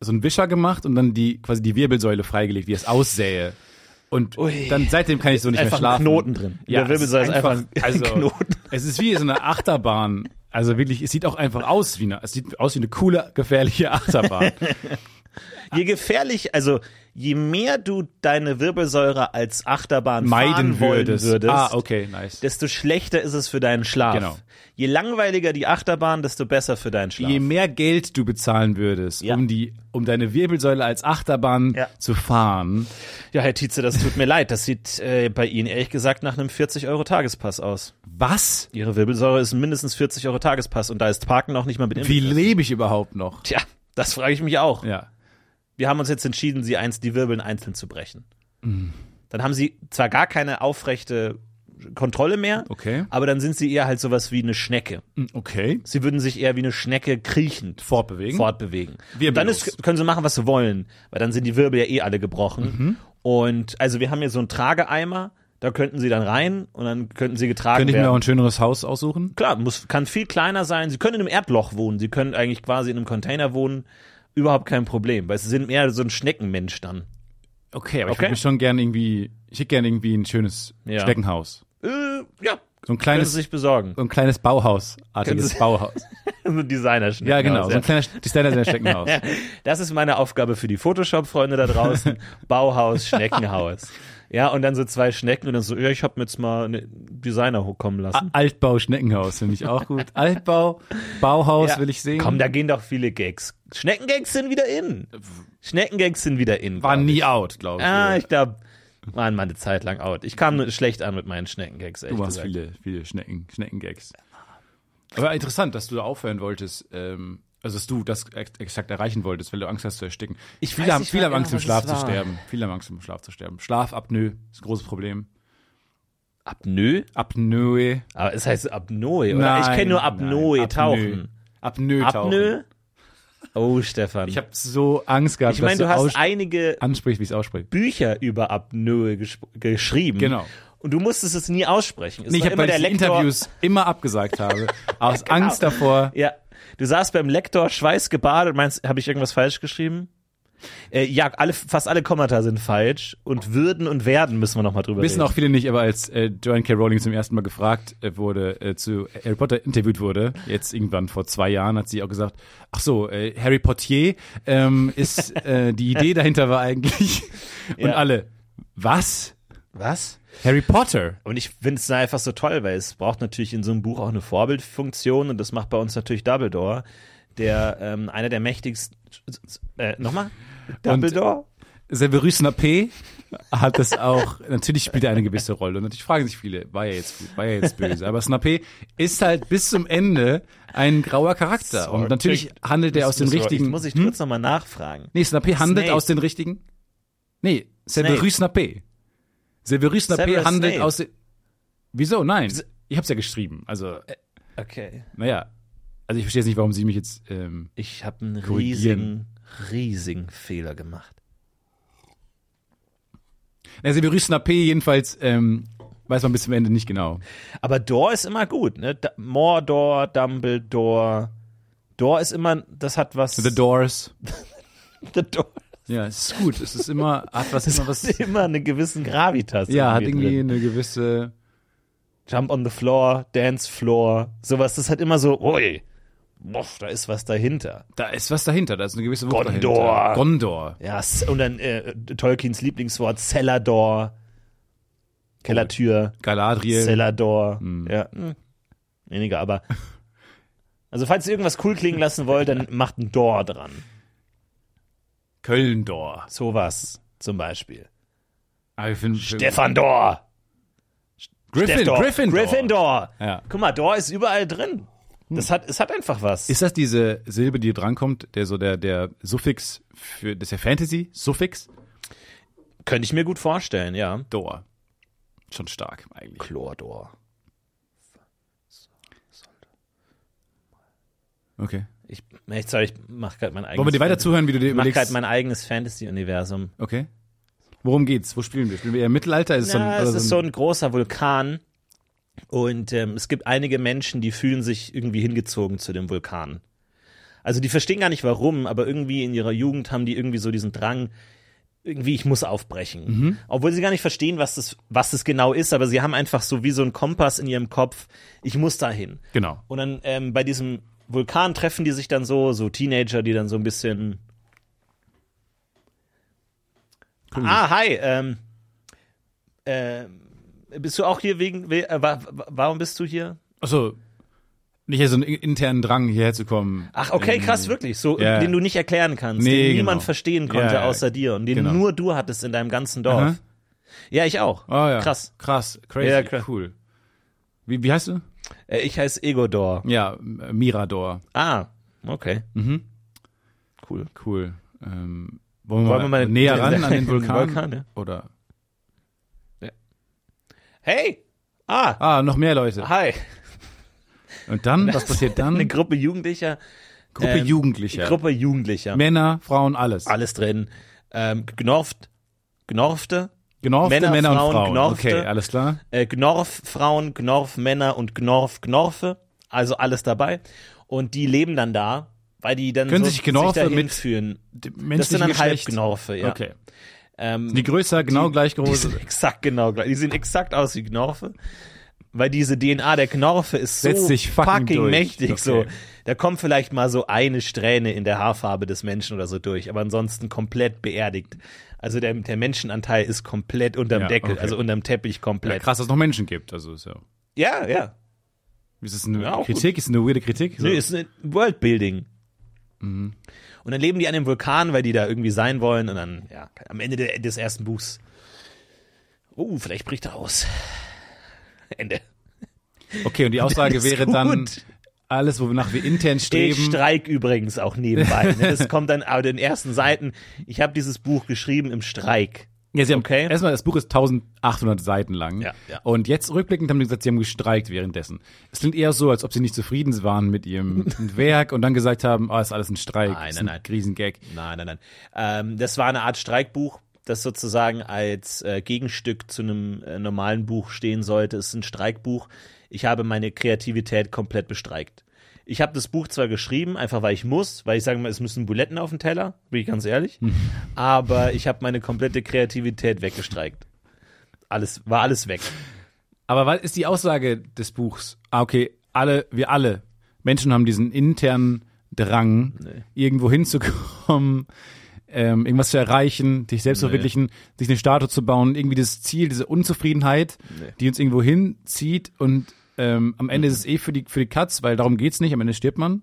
[SPEAKER 2] so einen Wischer gemacht und dann die quasi die Wirbelsäule freigelegt, wie es aussähe. Und
[SPEAKER 1] Ui.
[SPEAKER 2] dann seitdem kann ich so nicht
[SPEAKER 1] Einfach
[SPEAKER 2] mehr
[SPEAKER 1] ein
[SPEAKER 2] schlafen.
[SPEAKER 1] Knoten drin. In der
[SPEAKER 2] es
[SPEAKER 1] Wirbelsäule ist einfach ein
[SPEAKER 2] also,
[SPEAKER 1] Knoten.
[SPEAKER 2] Es ist wie so eine Achterbahn. Also wirklich, es sieht auch einfach aus wie eine, es sieht aus wie eine coole, gefährliche Achterbahn.
[SPEAKER 1] Je gefährlich, also je mehr du deine Wirbelsäure als Achterbahn fahren
[SPEAKER 2] meiden
[SPEAKER 1] wollen
[SPEAKER 2] würdest.
[SPEAKER 1] würdest
[SPEAKER 2] Ah, okay, nice.
[SPEAKER 1] desto schlechter ist es für deinen Schlaf.
[SPEAKER 2] Genau.
[SPEAKER 1] Je langweiliger die Achterbahn, desto besser für deinen Schlaf.
[SPEAKER 2] Je mehr Geld du bezahlen würdest,
[SPEAKER 1] Ja.
[SPEAKER 2] um die, um deine Wirbelsäule als Achterbahn
[SPEAKER 1] Ja.
[SPEAKER 2] zu fahren,
[SPEAKER 1] ja, Herr Tietze, das tut mir leid. Das sieht äh, bei Ihnen ehrlich gesagt nach einem 40-Euro-Tagespass aus.
[SPEAKER 2] was?
[SPEAKER 1] Ihre Wirbelsäure ist mindestens 40-Euro-Tagespass und da ist Parken auch nicht mal mit
[SPEAKER 2] Wie
[SPEAKER 1] inbegriffen.
[SPEAKER 2] lebe ich überhaupt noch?
[SPEAKER 1] Tja, das frage ich mich auch.
[SPEAKER 2] Ja.
[SPEAKER 1] Wir haben uns jetzt entschieden, sie eins, die Wirbeln einzeln zu brechen.
[SPEAKER 2] Mhm.
[SPEAKER 1] Dann haben sie zwar gar keine aufrechte Kontrolle mehr,
[SPEAKER 2] Okay.
[SPEAKER 1] aber dann sind sie eher halt sowas wie eine Schnecke.
[SPEAKER 2] Hm, Okay.
[SPEAKER 1] Sie würden sich eher wie eine Schnecke kriechend
[SPEAKER 2] Fortbewegen.
[SPEAKER 1] fortbewegen.
[SPEAKER 2] Wirbellos.
[SPEAKER 1] Und dann ist, können sie machen, was sie wollen, weil dann sind die Wirbel ja eh alle gebrochen.
[SPEAKER 2] Mhm.
[SPEAKER 1] Und also wir haben hier so einen Trageeimer, da könnten sie dann rein und dann könnten sie getragen
[SPEAKER 2] Könnte ich mir
[SPEAKER 1] werden.
[SPEAKER 2] auch ein schöneres Haus aussuchen?
[SPEAKER 1] Klar, muss, kann viel kleiner sein. Sie können in einem Erdloch wohnen, sie können eigentlich quasi in einem Container wohnen. Überhaupt kein Problem, weil sie sind mehr so ein Schneckenmensch dann.
[SPEAKER 2] Okay, aber ich
[SPEAKER 1] Okay.
[SPEAKER 2] würde mir schon gern irgendwie, ich hätte gern irgendwie ein schönes
[SPEAKER 1] Ja.
[SPEAKER 2] Schneckenhaus.
[SPEAKER 1] Äh, ja,
[SPEAKER 2] So ein
[SPEAKER 1] können sie
[SPEAKER 2] kleines,
[SPEAKER 1] sich besorgen.
[SPEAKER 2] so ein kleines Bauhausartiges
[SPEAKER 1] Können Sie-
[SPEAKER 2] Bauhaus.
[SPEAKER 1] so ein Designer-Schneckenhaus.
[SPEAKER 2] Ja, genau. So ein kleines Designer-Schneckenhaus.
[SPEAKER 1] Das ist meine Aufgabe für die Photoshop-Freunde da draußen. Bauhaus, Schneckenhaus. Ja, und dann so zwei Schnecken und dann so, ja, ich hab mir jetzt mal einen Designer kommen lassen.
[SPEAKER 2] Altbau Schneckenhaus finde ich auch gut. Altbau, Bauhaus
[SPEAKER 1] ja.
[SPEAKER 2] will ich sehen.
[SPEAKER 1] Komm, da gehen doch viele Gags. Schneckengags sind wieder in. Schneckengags sind wieder in.
[SPEAKER 2] war
[SPEAKER 1] glaub
[SPEAKER 2] nie out, glaube
[SPEAKER 1] Ich.
[SPEAKER 2] ich.
[SPEAKER 1] Ah, ich glaube, waren mal eine Zeit lang out. Ich kam nur schlecht an mit meinen Schneckengags, ehrlich
[SPEAKER 2] du machst
[SPEAKER 1] gesagt.
[SPEAKER 2] viele, viele Schnecken, Schneckengags. Aber interessant, dass du da aufhören wolltest, ähm, also dass du das ex exakt erreichen wolltest, weil du Angst hast zu ersticken.
[SPEAKER 1] Ich
[SPEAKER 2] viele
[SPEAKER 1] weiß
[SPEAKER 2] haben,
[SPEAKER 1] nicht
[SPEAKER 2] viele
[SPEAKER 1] mehr
[SPEAKER 2] haben Angst
[SPEAKER 1] genau,
[SPEAKER 2] im
[SPEAKER 1] was
[SPEAKER 2] Schlaf
[SPEAKER 1] es
[SPEAKER 2] zu
[SPEAKER 1] war.
[SPEAKER 2] sterben. Viele haben Angst im Schlaf zu sterben. Schlafapnoe ist ein großes Problem.
[SPEAKER 1] Apnoe?
[SPEAKER 2] Apnoe.
[SPEAKER 1] Aber es heißt Apnoe, oder?
[SPEAKER 2] Nein,
[SPEAKER 1] ich kenne nur
[SPEAKER 2] nein,
[SPEAKER 1] Apnoe, tauchen.
[SPEAKER 2] Apnoe tauchen.
[SPEAKER 1] Apnoe? Oh, Stefan.
[SPEAKER 2] Ich habe so Angst gehabt,
[SPEAKER 1] ich meine, du
[SPEAKER 2] dass du
[SPEAKER 1] hast einige
[SPEAKER 2] ansprichst, wie ich es ausspreche.
[SPEAKER 1] Bücher über Apnoe gesch geschrieben.
[SPEAKER 2] Genau.
[SPEAKER 1] Und du musstest es nie aussprechen. Es
[SPEAKER 2] Nee, ich
[SPEAKER 1] war immer
[SPEAKER 2] habe
[SPEAKER 1] der
[SPEAKER 2] bei diesen
[SPEAKER 1] Lektor. Genau.
[SPEAKER 2] Interviews immer abgesagt habe, aus Angst davor.
[SPEAKER 1] Ja. Du saßt beim Lektor schweißgebadet und meinst, habe ich irgendwas falsch geschrieben? Äh, ja, alle, fast alle Kommata sind falsch. Und würden und werden müssen wir nochmal drüber
[SPEAKER 2] Wissen
[SPEAKER 1] reden.
[SPEAKER 2] auch viele nicht, aber als äh, Joanne K. Rowling zum ersten Mal gefragt äh, wurde, äh, zu Harry Potter interviewt wurde, jetzt irgendwann vor zwei Jahren, hat sie auch gesagt, ach so, äh, Harry Potier ähm, ist, äh, die Idee dahinter war eigentlich, und
[SPEAKER 1] Ja.
[SPEAKER 2] alle, was?
[SPEAKER 1] Was?
[SPEAKER 2] Harry Potter?
[SPEAKER 1] Und ich finde es einfach so toll, weil es braucht natürlich in so einem Buch auch eine Vorbildfunktion und das macht bei uns natürlich Dumbledore, der ähm, einer der mächtigsten. Äh, nochmal? Dumbledore?
[SPEAKER 2] Severus P. hat das auch, natürlich spielt er eine gewisse Rolle. Und natürlich fragen sich viele, war er jetzt gut, war er jetzt böse. Aber Snape ist halt bis zum Ende ein grauer Charakter. Und natürlich handelt er aus den
[SPEAKER 1] Sorry,
[SPEAKER 2] richtigen. Hm?
[SPEAKER 1] Jetzt muss ich kurz nochmal nachfragen.
[SPEAKER 2] Nee, Snape handelt
[SPEAKER 1] Snape.
[SPEAKER 2] aus den richtigen. Nee, Severus Snape. Severus Snape
[SPEAKER 1] Severus
[SPEAKER 2] handelt
[SPEAKER 1] Snape.
[SPEAKER 2] aus. de- Wieso? Nein. Ich hab's ja geschrieben. Also,
[SPEAKER 1] Okay.
[SPEAKER 2] naja. Also ich verstehe jetzt nicht, warum sie mich jetzt. Ähm,
[SPEAKER 1] Ich habe einen riesigen,
[SPEAKER 2] Korrigieren.
[SPEAKER 1] riesigen Fehler gemacht.
[SPEAKER 2] na, Severus Snape jedenfalls ähm, weiß man bis zum Ende nicht genau.
[SPEAKER 1] Aber Door ist immer gut, ne? Da Mordor, Dumbledore. Door ist immer, das hat was.
[SPEAKER 2] The Doors.
[SPEAKER 1] The Door.
[SPEAKER 2] Ja, es ist gut. Es ist immer, hat was, immer was.
[SPEAKER 1] Hat immer einen gewissen Gravitas.
[SPEAKER 2] Ja, hat irgendwie
[SPEAKER 1] drin.
[SPEAKER 2] eine gewisse.
[SPEAKER 1] Jump on the Floor, Dance Floor, sowas. Das hat immer so, ui, boah, da ist was dahinter.
[SPEAKER 2] Da ist was dahinter, da ist eine gewisse Wucht
[SPEAKER 1] Gondor.
[SPEAKER 2] dahinter. Gondor.
[SPEAKER 1] Ja, s- und dann äh, Tolkiens Lieblingswort, Cellador. Kellertür,
[SPEAKER 2] Oh, Galadriel.
[SPEAKER 1] Cellador. Ja, hm. weniger, aber. Also, falls ihr irgendwas cool klingen lassen wollt, dann macht ein Door dran.
[SPEAKER 2] Kölndor.
[SPEAKER 1] Sowas zum Beispiel.
[SPEAKER 2] Ah, ich find,
[SPEAKER 1] Stefan Dor.
[SPEAKER 2] Griffin,
[SPEAKER 1] Steph Dor.
[SPEAKER 2] Gryffindor.
[SPEAKER 1] Gryffindor.
[SPEAKER 2] Ja. Hm.
[SPEAKER 1] Guck mal, Dor ist überall drin. Das hat, es hat einfach was.
[SPEAKER 2] Ist das diese Silbe, die drankommt, der so der, der Suffix für, das ist ja Fantasy, Suffix?
[SPEAKER 1] Könnte ich mir gut vorstellen, ja.
[SPEAKER 2] Dor. Schon stark, eigentlich.
[SPEAKER 1] Chlordor.
[SPEAKER 2] Okay.
[SPEAKER 1] Ich, ich, sorry, ich mach gerade mein eigenes.
[SPEAKER 2] Wollen wir dir weiter
[SPEAKER 1] Fantasy-
[SPEAKER 2] zuhören, wie du dir
[SPEAKER 1] Ich mach
[SPEAKER 2] überlegst?
[SPEAKER 1] gerade mein eigenes Fantasy-Universum.
[SPEAKER 2] okay. Worum geht's? Wo spielen wir? Spielen wir eher im Mittelalter? Ist es so ein,
[SPEAKER 1] Na, es
[SPEAKER 2] oder
[SPEAKER 1] ist so ein großer Vulkan. Und ähm, es gibt einige Menschen, die fühlen sich irgendwie hingezogen zu dem Vulkan. Also die verstehen gar nicht warum, aber irgendwie in ihrer Jugend haben die irgendwie so diesen Drang, irgendwie ich muss aufbrechen.
[SPEAKER 2] Mhm.
[SPEAKER 1] Obwohl sie gar nicht verstehen, was das, was das genau ist, aber sie haben einfach so wie so einen Kompass in ihrem Kopf, ich muss dahin.
[SPEAKER 2] Genau.
[SPEAKER 1] Und dann ähm, bei diesem Vulkan treffen die sich dann so, so Teenager, die dann so ein bisschen. Ah, hi. Ähm, ähm, bist du auch hier wegen. we- Äh, wa, wa- warum bist du hier?
[SPEAKER 2] Achso. Nicht eher so einen internen Drang, hierher zu kommen.
[SPEAKER 1] Ach, okay,
[SPEAKER 2] Ähm,
[SPEAKER 1] krass, wirklich. So,
[SPEAKER 2] ja.
[SPEAKER 1] den du nicht erklären kannst,
[SPEAKER 2] Nee,
[SPEAKER 1] den
[SPEAKER 2] genau.
[SPEAKER 1] niemand verstehen konnte
[SPEAKER 2] Ja, ja,
[SPEAKER 1] außer dir und den
[SPEAKER 2] genau.
[SPEAKER 1] nur du hattest in deinem ganzen Dorf.
[SPEAKER 2] Aha.
[SPEAKER 1] Ja, ich auch.
[SPEAKER 2] Oh, ja.
[SPEAKER 1] Krass.
[SPEAKER 2] Krass, crazy,
[SPEAKER 1] Ja, krass.
[SPEAKER 2] cool. Wie, wie heißt du?
[SPEAKER 1] Äh, Ich heiße Egodor.
[SPEAKER 2] Ja, M- Mirador.
[SPEAKER 1] Ah, okay.
[SPEAKER 2] Mhm.
[SPEAKER 1] Cool.
[SPEAKER 2] Cool. Ähm, wollen wir,
[SPEAKER 1] Wollen wir
[SPEAKER 2] mal
[SPEAKER 1] mal
[SPEAKER 2] näher ran an den
[SPEAKER 1] den
[SPEAKER 2] Vulkan?
[SPEAKER 1] Vulkan, ja.
[SPEAKER 2] Oder?
[SPEAKER 1] Hey! Ah!
[SPEAKER 2] Ah, noch mehr Leute.
[SPEAKER 1] Hi!
[SPEAKER 2] Und dann, was passiert dann?
[SPEAKER 1] Eine Gruppe Jugendlicher.
[SPEAKER 2] Gruppe
[SPEAKER 1] ähm,
[SPEAKER 2] Jugendlicher.
[SPEAKER 1] Gruppe Jugendlicher.
[SPEAKER 2] Männer, Frauen, alles.
[SPEAKER 1] Alles drin. Ähm, Gnorft, Gnorfte,
[SPEAKER 2] Genorfte,
[SPEAKER 1] Männer,
[SPEAKER 2] Männer, und
[SPEAKER 1] Frauen,
[SPEAKER 2] Frauen.
[SPEAKER 1] Genorfte.
[SPEAKER 2] Okay, alles klar.
[SPEAKER 1] äh, Gnorf-Frauen, Gnorf-Männer und Gnorf-Gnorfe. Also alles dabei. Und die leben dann da, weil die dann
[SPEAKER 2] Können
[SPEAKER 1] so
[SPEAKER 2] sich Gnorfe
[SPEAKER 1] dahin
[SPEAKER 2] mit
[SPEAKER 1] führen.
[SPEAKER 2] D-
[SPEAKER 1] Das sind
[SPEAKER 2] Menschlichen
[SPEAKER 1] dann
[SPEAKER 2] Geschlecht.
[SPEAKER 1] Halbgnorfe, ja.
[SPEAKER 2] Okay.
[SPEAKER 1] Ähm,
[SPEAKER 2] Die größer, genau gleich
[SPEAKER 1] die
[SPEAKER 2] groß.
[SPEAKER 1] sind exakt genau gleich. Die sehen exakt aus wie Gnorfe. Weil diese DNA der Knorfe ist so
[SPEAKER 2] Setzt sich fucking durch.
[SPEAKER 1] mächtig.
[SPEAKER 2] Okay.
[SPEAKER 1] So, da kommt vielleicht mal so eine Strähne in der Haarfarbe des Menschen oder so durch, aber ansonsten komplett beerdigt. Also der, der Menschenanteil ist komplett unterm
[SPEAKER 2] Ja,
[SPEAKER 1] Deckel,
[SPEAKER 2] okay.
[SPEAKER 1] also unterm Teppich
[SPEAKER 2] Ja,
[SPEAKER 1] komplett.
[SPEAKER 2] krass, dass es noch Menschen gibt. Also so.
[SPEAKER 1] Ja, ja.
[SPEAKER 2] Ist es eine
[SPEAKER 1] Ja, auch
[SPEAKER 2] Kritik? Ist es eine weirde Kritik? So. Mhm.
[SPEAKER 1] Nö, ist ein Worldbuilding. Und dann leben die an dem Vulkan, weil die da irgendwie sein wollen und dann, ja, am Ende de- des ersten Buchs. Oh, vielleicht bricht er aus. Ende.
[SPEAKER 2] okay, und die Aussage
[SPEAKER 1] Ist
[SPEAKER 2] wäre dann
[SPEAKER 1] gut.
[SPEAKER 2] alles, wonach wir intern
[SPEAKER 1] Ich
[SPEAKER 2] streben.
[SPEAKER 1] streik übrigens auch nebenbei. Ne? Das kommt dann auf den ersten Seiten. Ich habe dieses Buch geschrieben im Streik.
[SPEAKER 2] Ja, sie haben,
[SPEAKER 1] Okay.
[SPEAKER 2] Erstmal, das Buch ist 1800 Seiten lang.
[SPEAKER 1] Ja, ja.
[SPEAKER 2] Und jetzt rückblickend haben die gesagt, sie haben gestreikt währenddessen. Es klingt eher so, als ob sie nicht zufrieden waren mit ihrem Werk und dann gesagt haben, ah, ist alles ein Streik.
[SPEAKER 1] Nein,
[SPEAKER 2] ist
[SPEAKER 1] nein,
[SPEAKER 2] ein
[SPEAKER 1] nein.
[SPEAKER 2] Riesengag.
[SPEAKER 1] Nein, nein, nein. Ähm, das war eine Art Streikbuch, das sozusagen als äh, Gegenstück zu einem äh, normalen Buch stehen sollte. Es ist ein Streikbuch. Ich habe meine Kreativität komplett bestreikt. Ich habe das Buch zwar geschrieben, einfach weil ich muss, weil ich sage mal, es müssen Buletten auf den Teller, bin ich ganz ehrlich.
[SPEAKER 2] Hm.
[SPEAKER 1] Aber ich habe meine komplette Kreativität weggestreikt. Alles, war alles weg.
[SPEAKER 2] Aber was ist die Aussage des Buchs? Ah, okay, alle, wir alle Menschen haben diesen internen Drang, irgendwo hinzukommen, ähm, irgendwas zu erreichen, sich selbst zu verwirklichen, sich eine Statue zu bauen, irgendwie das Ziel, diese Unzufriedenheit, die uns irgendwo hinzieht und ähm, am Ende ist es eh für die, für die Katz, weil darum geht's nicht, am Ende stirbt man.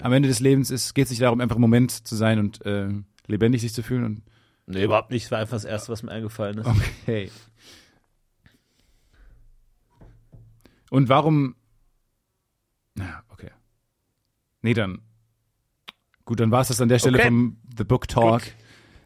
[SPEAKER 2] Am Ende des Lebens ist- geht es nicht darum, einfach im Moment zu sein und äh, lebendig sich zu fühlen. Und,
[SPEAKER 1] Nee, überhaupt nicht. Das war einfach das Erste, was mir eingefallen ist.
[SPEAKER 2] Oh okay. Und warum. Na, okay. Nee, dann. Gut, dann war es das an der Stelle
[SPEAKER 1] Okay.
[SPEAKER 2] vom The Book Talk.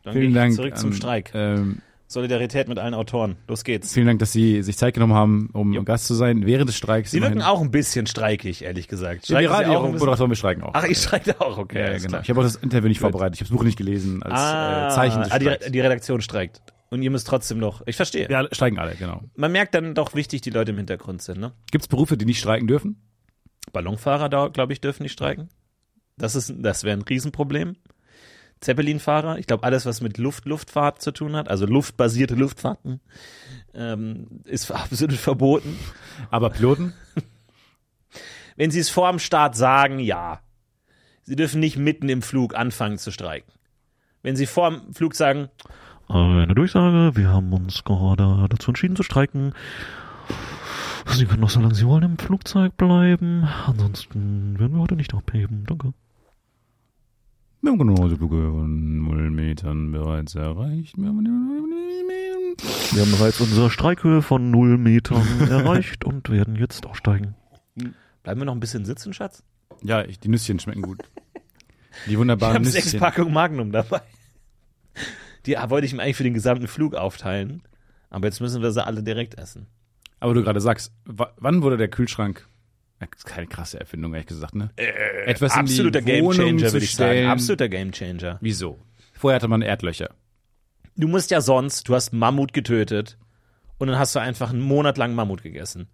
[SPEAKER 1] Dann gehe
[SPEAKER 2] Vielen
[SPEAKER 1] ich
[SPEAKER 2] Dank.
[SPEAKER 1] zurück zum
[SPEAKER 2] an,
[SPEAKER 1] Streik.
[SPEAKER 2] Ähm,
[SPEAKER 1] Solidarität mit allen Autoren. Los geht's.
[SPEAKER 2] Vielen Dank, dass Sie sich Zeit genommen haben, um
[SPEAKER 1] Jo.
[SPEAKER 2] Gast zu sein während des Streiks.
[SPEAKER 1] Sie wirken
[SPEAKER 2] immerhin.
[SPEAKER 1] auch ein bisschen streikig, ehrlich gesagt.
[SPEAKER 2] Ja,
[SPEAKER 1] Streiken Sie
[SPEAKER 2] die
[SPEAKER 1] auch ein bisschen-
[SPEAKER 2] Radiomoderatoren, wir streiken auch.
[SPEAKER 1] Ach, ich streike auch, okay.
[SPEAKER 2] ja, ja,
[SPEAKER 1] alles
[SPEAKER 2] genau.
[SPEAKER 1] klar.
[SPEAKER 2] Ich habe auch das Interview nicht vorbereitet. Ich habe das Buch nicht gelesen als
[SPEAKER 1] ah,
[SPEAKER 2] äh, Zeichen des
[SPEAKER 1] ah, die,
[SPEAKER 2] Streiks.
[SPEAKER 1] Re- die Redaktion streikt. Und ihr müsst trotzdem noch. Ich verstehe.
[SPEAKER 2] ja, streiken alle, genau.
[SPEAKER 1] Man merkt dann doch, wichtig die Leute im Hintergrund sind, ne?
[SPEAKER 2] Gibt es Berufe, die nicht streiken dürfen?
[SPEAKER 1] Ballonfahrer, glaube ich, dürfen nicht streiken. Das, ist, das wäre ein Riesenproblem. Zeppelinfahrer, ich glaube, alles, was mit Luft, Luftfahrt zu tun hat, also luftbasierte Luftfahrten, ähm, ist absolut verboten.
[SPEAKER 2] Aber Piloten?
[SPEAKER 1] Wenn sie es vor dem Start sagen, ja. Sie dürfen nicht mitten im Flug anfangen zu streiken. Wenn sie vor dem Flug sagen,
[SPEAKER 3] Eine Durchsage, wir haben uns gerade dazu entschieden zu streiken. Sie können noch so lange Sie wollen im Flugzeug bleiben. Ansonsten werden wir heute nicht abheben. Danke.
[SPEAKER 2] Wir haben genau diese Brücke von null Metern bereits erreicht. Wir haben-
[SPEAKER 3] Wir haben bereits unsere Streikhöhe von 0 Metern erreicht und werden jetzt aussteigen.
[SPEAKER 1] bleiben wir noch ein bisschen sitzen, Schatz?
[SPEAKER 2] Ja, ich, die Nüsschen schmecken gut. Die
[SPEAKER 1] Ich
[SPEAKER 2] wunderbaren
[SPEAKER 1] habe sechs
[SPEAKER 2] Nüsschen.
[SPEAKER 1] Packungen Magnum dabei. Die wollte ich mir eigentlich für den gesamten Flug aufteilen. Aber jetzt müssen wir sie alle direkt essen.
[SPEAKER 2] Aber du gerade sagst, wa- wann wurde der Kühlschrank? Das ist keine krasse Erfindung, ehrlich gesagt, ne? Etwas
[SPEAKER 1] Äh, Absoluter
[SPEAKER 2] in die Wohnung
[SPEAKER 1] Gamechanger,
[SPEAKER 2] zu
[SPEAKER 1] würde ich sagen.
[SPEAKER 2] stellen.
[SPEAKER 1] Absoluter Gamechanger.
[SPEAKER 2] Wieso? Vorher hatte man Erdlöcher.
[SPEAKER 1] Du musst ja sonst, du hast Mammut getötet und dann hast du einfach einen Monat lang Mammut gegessen.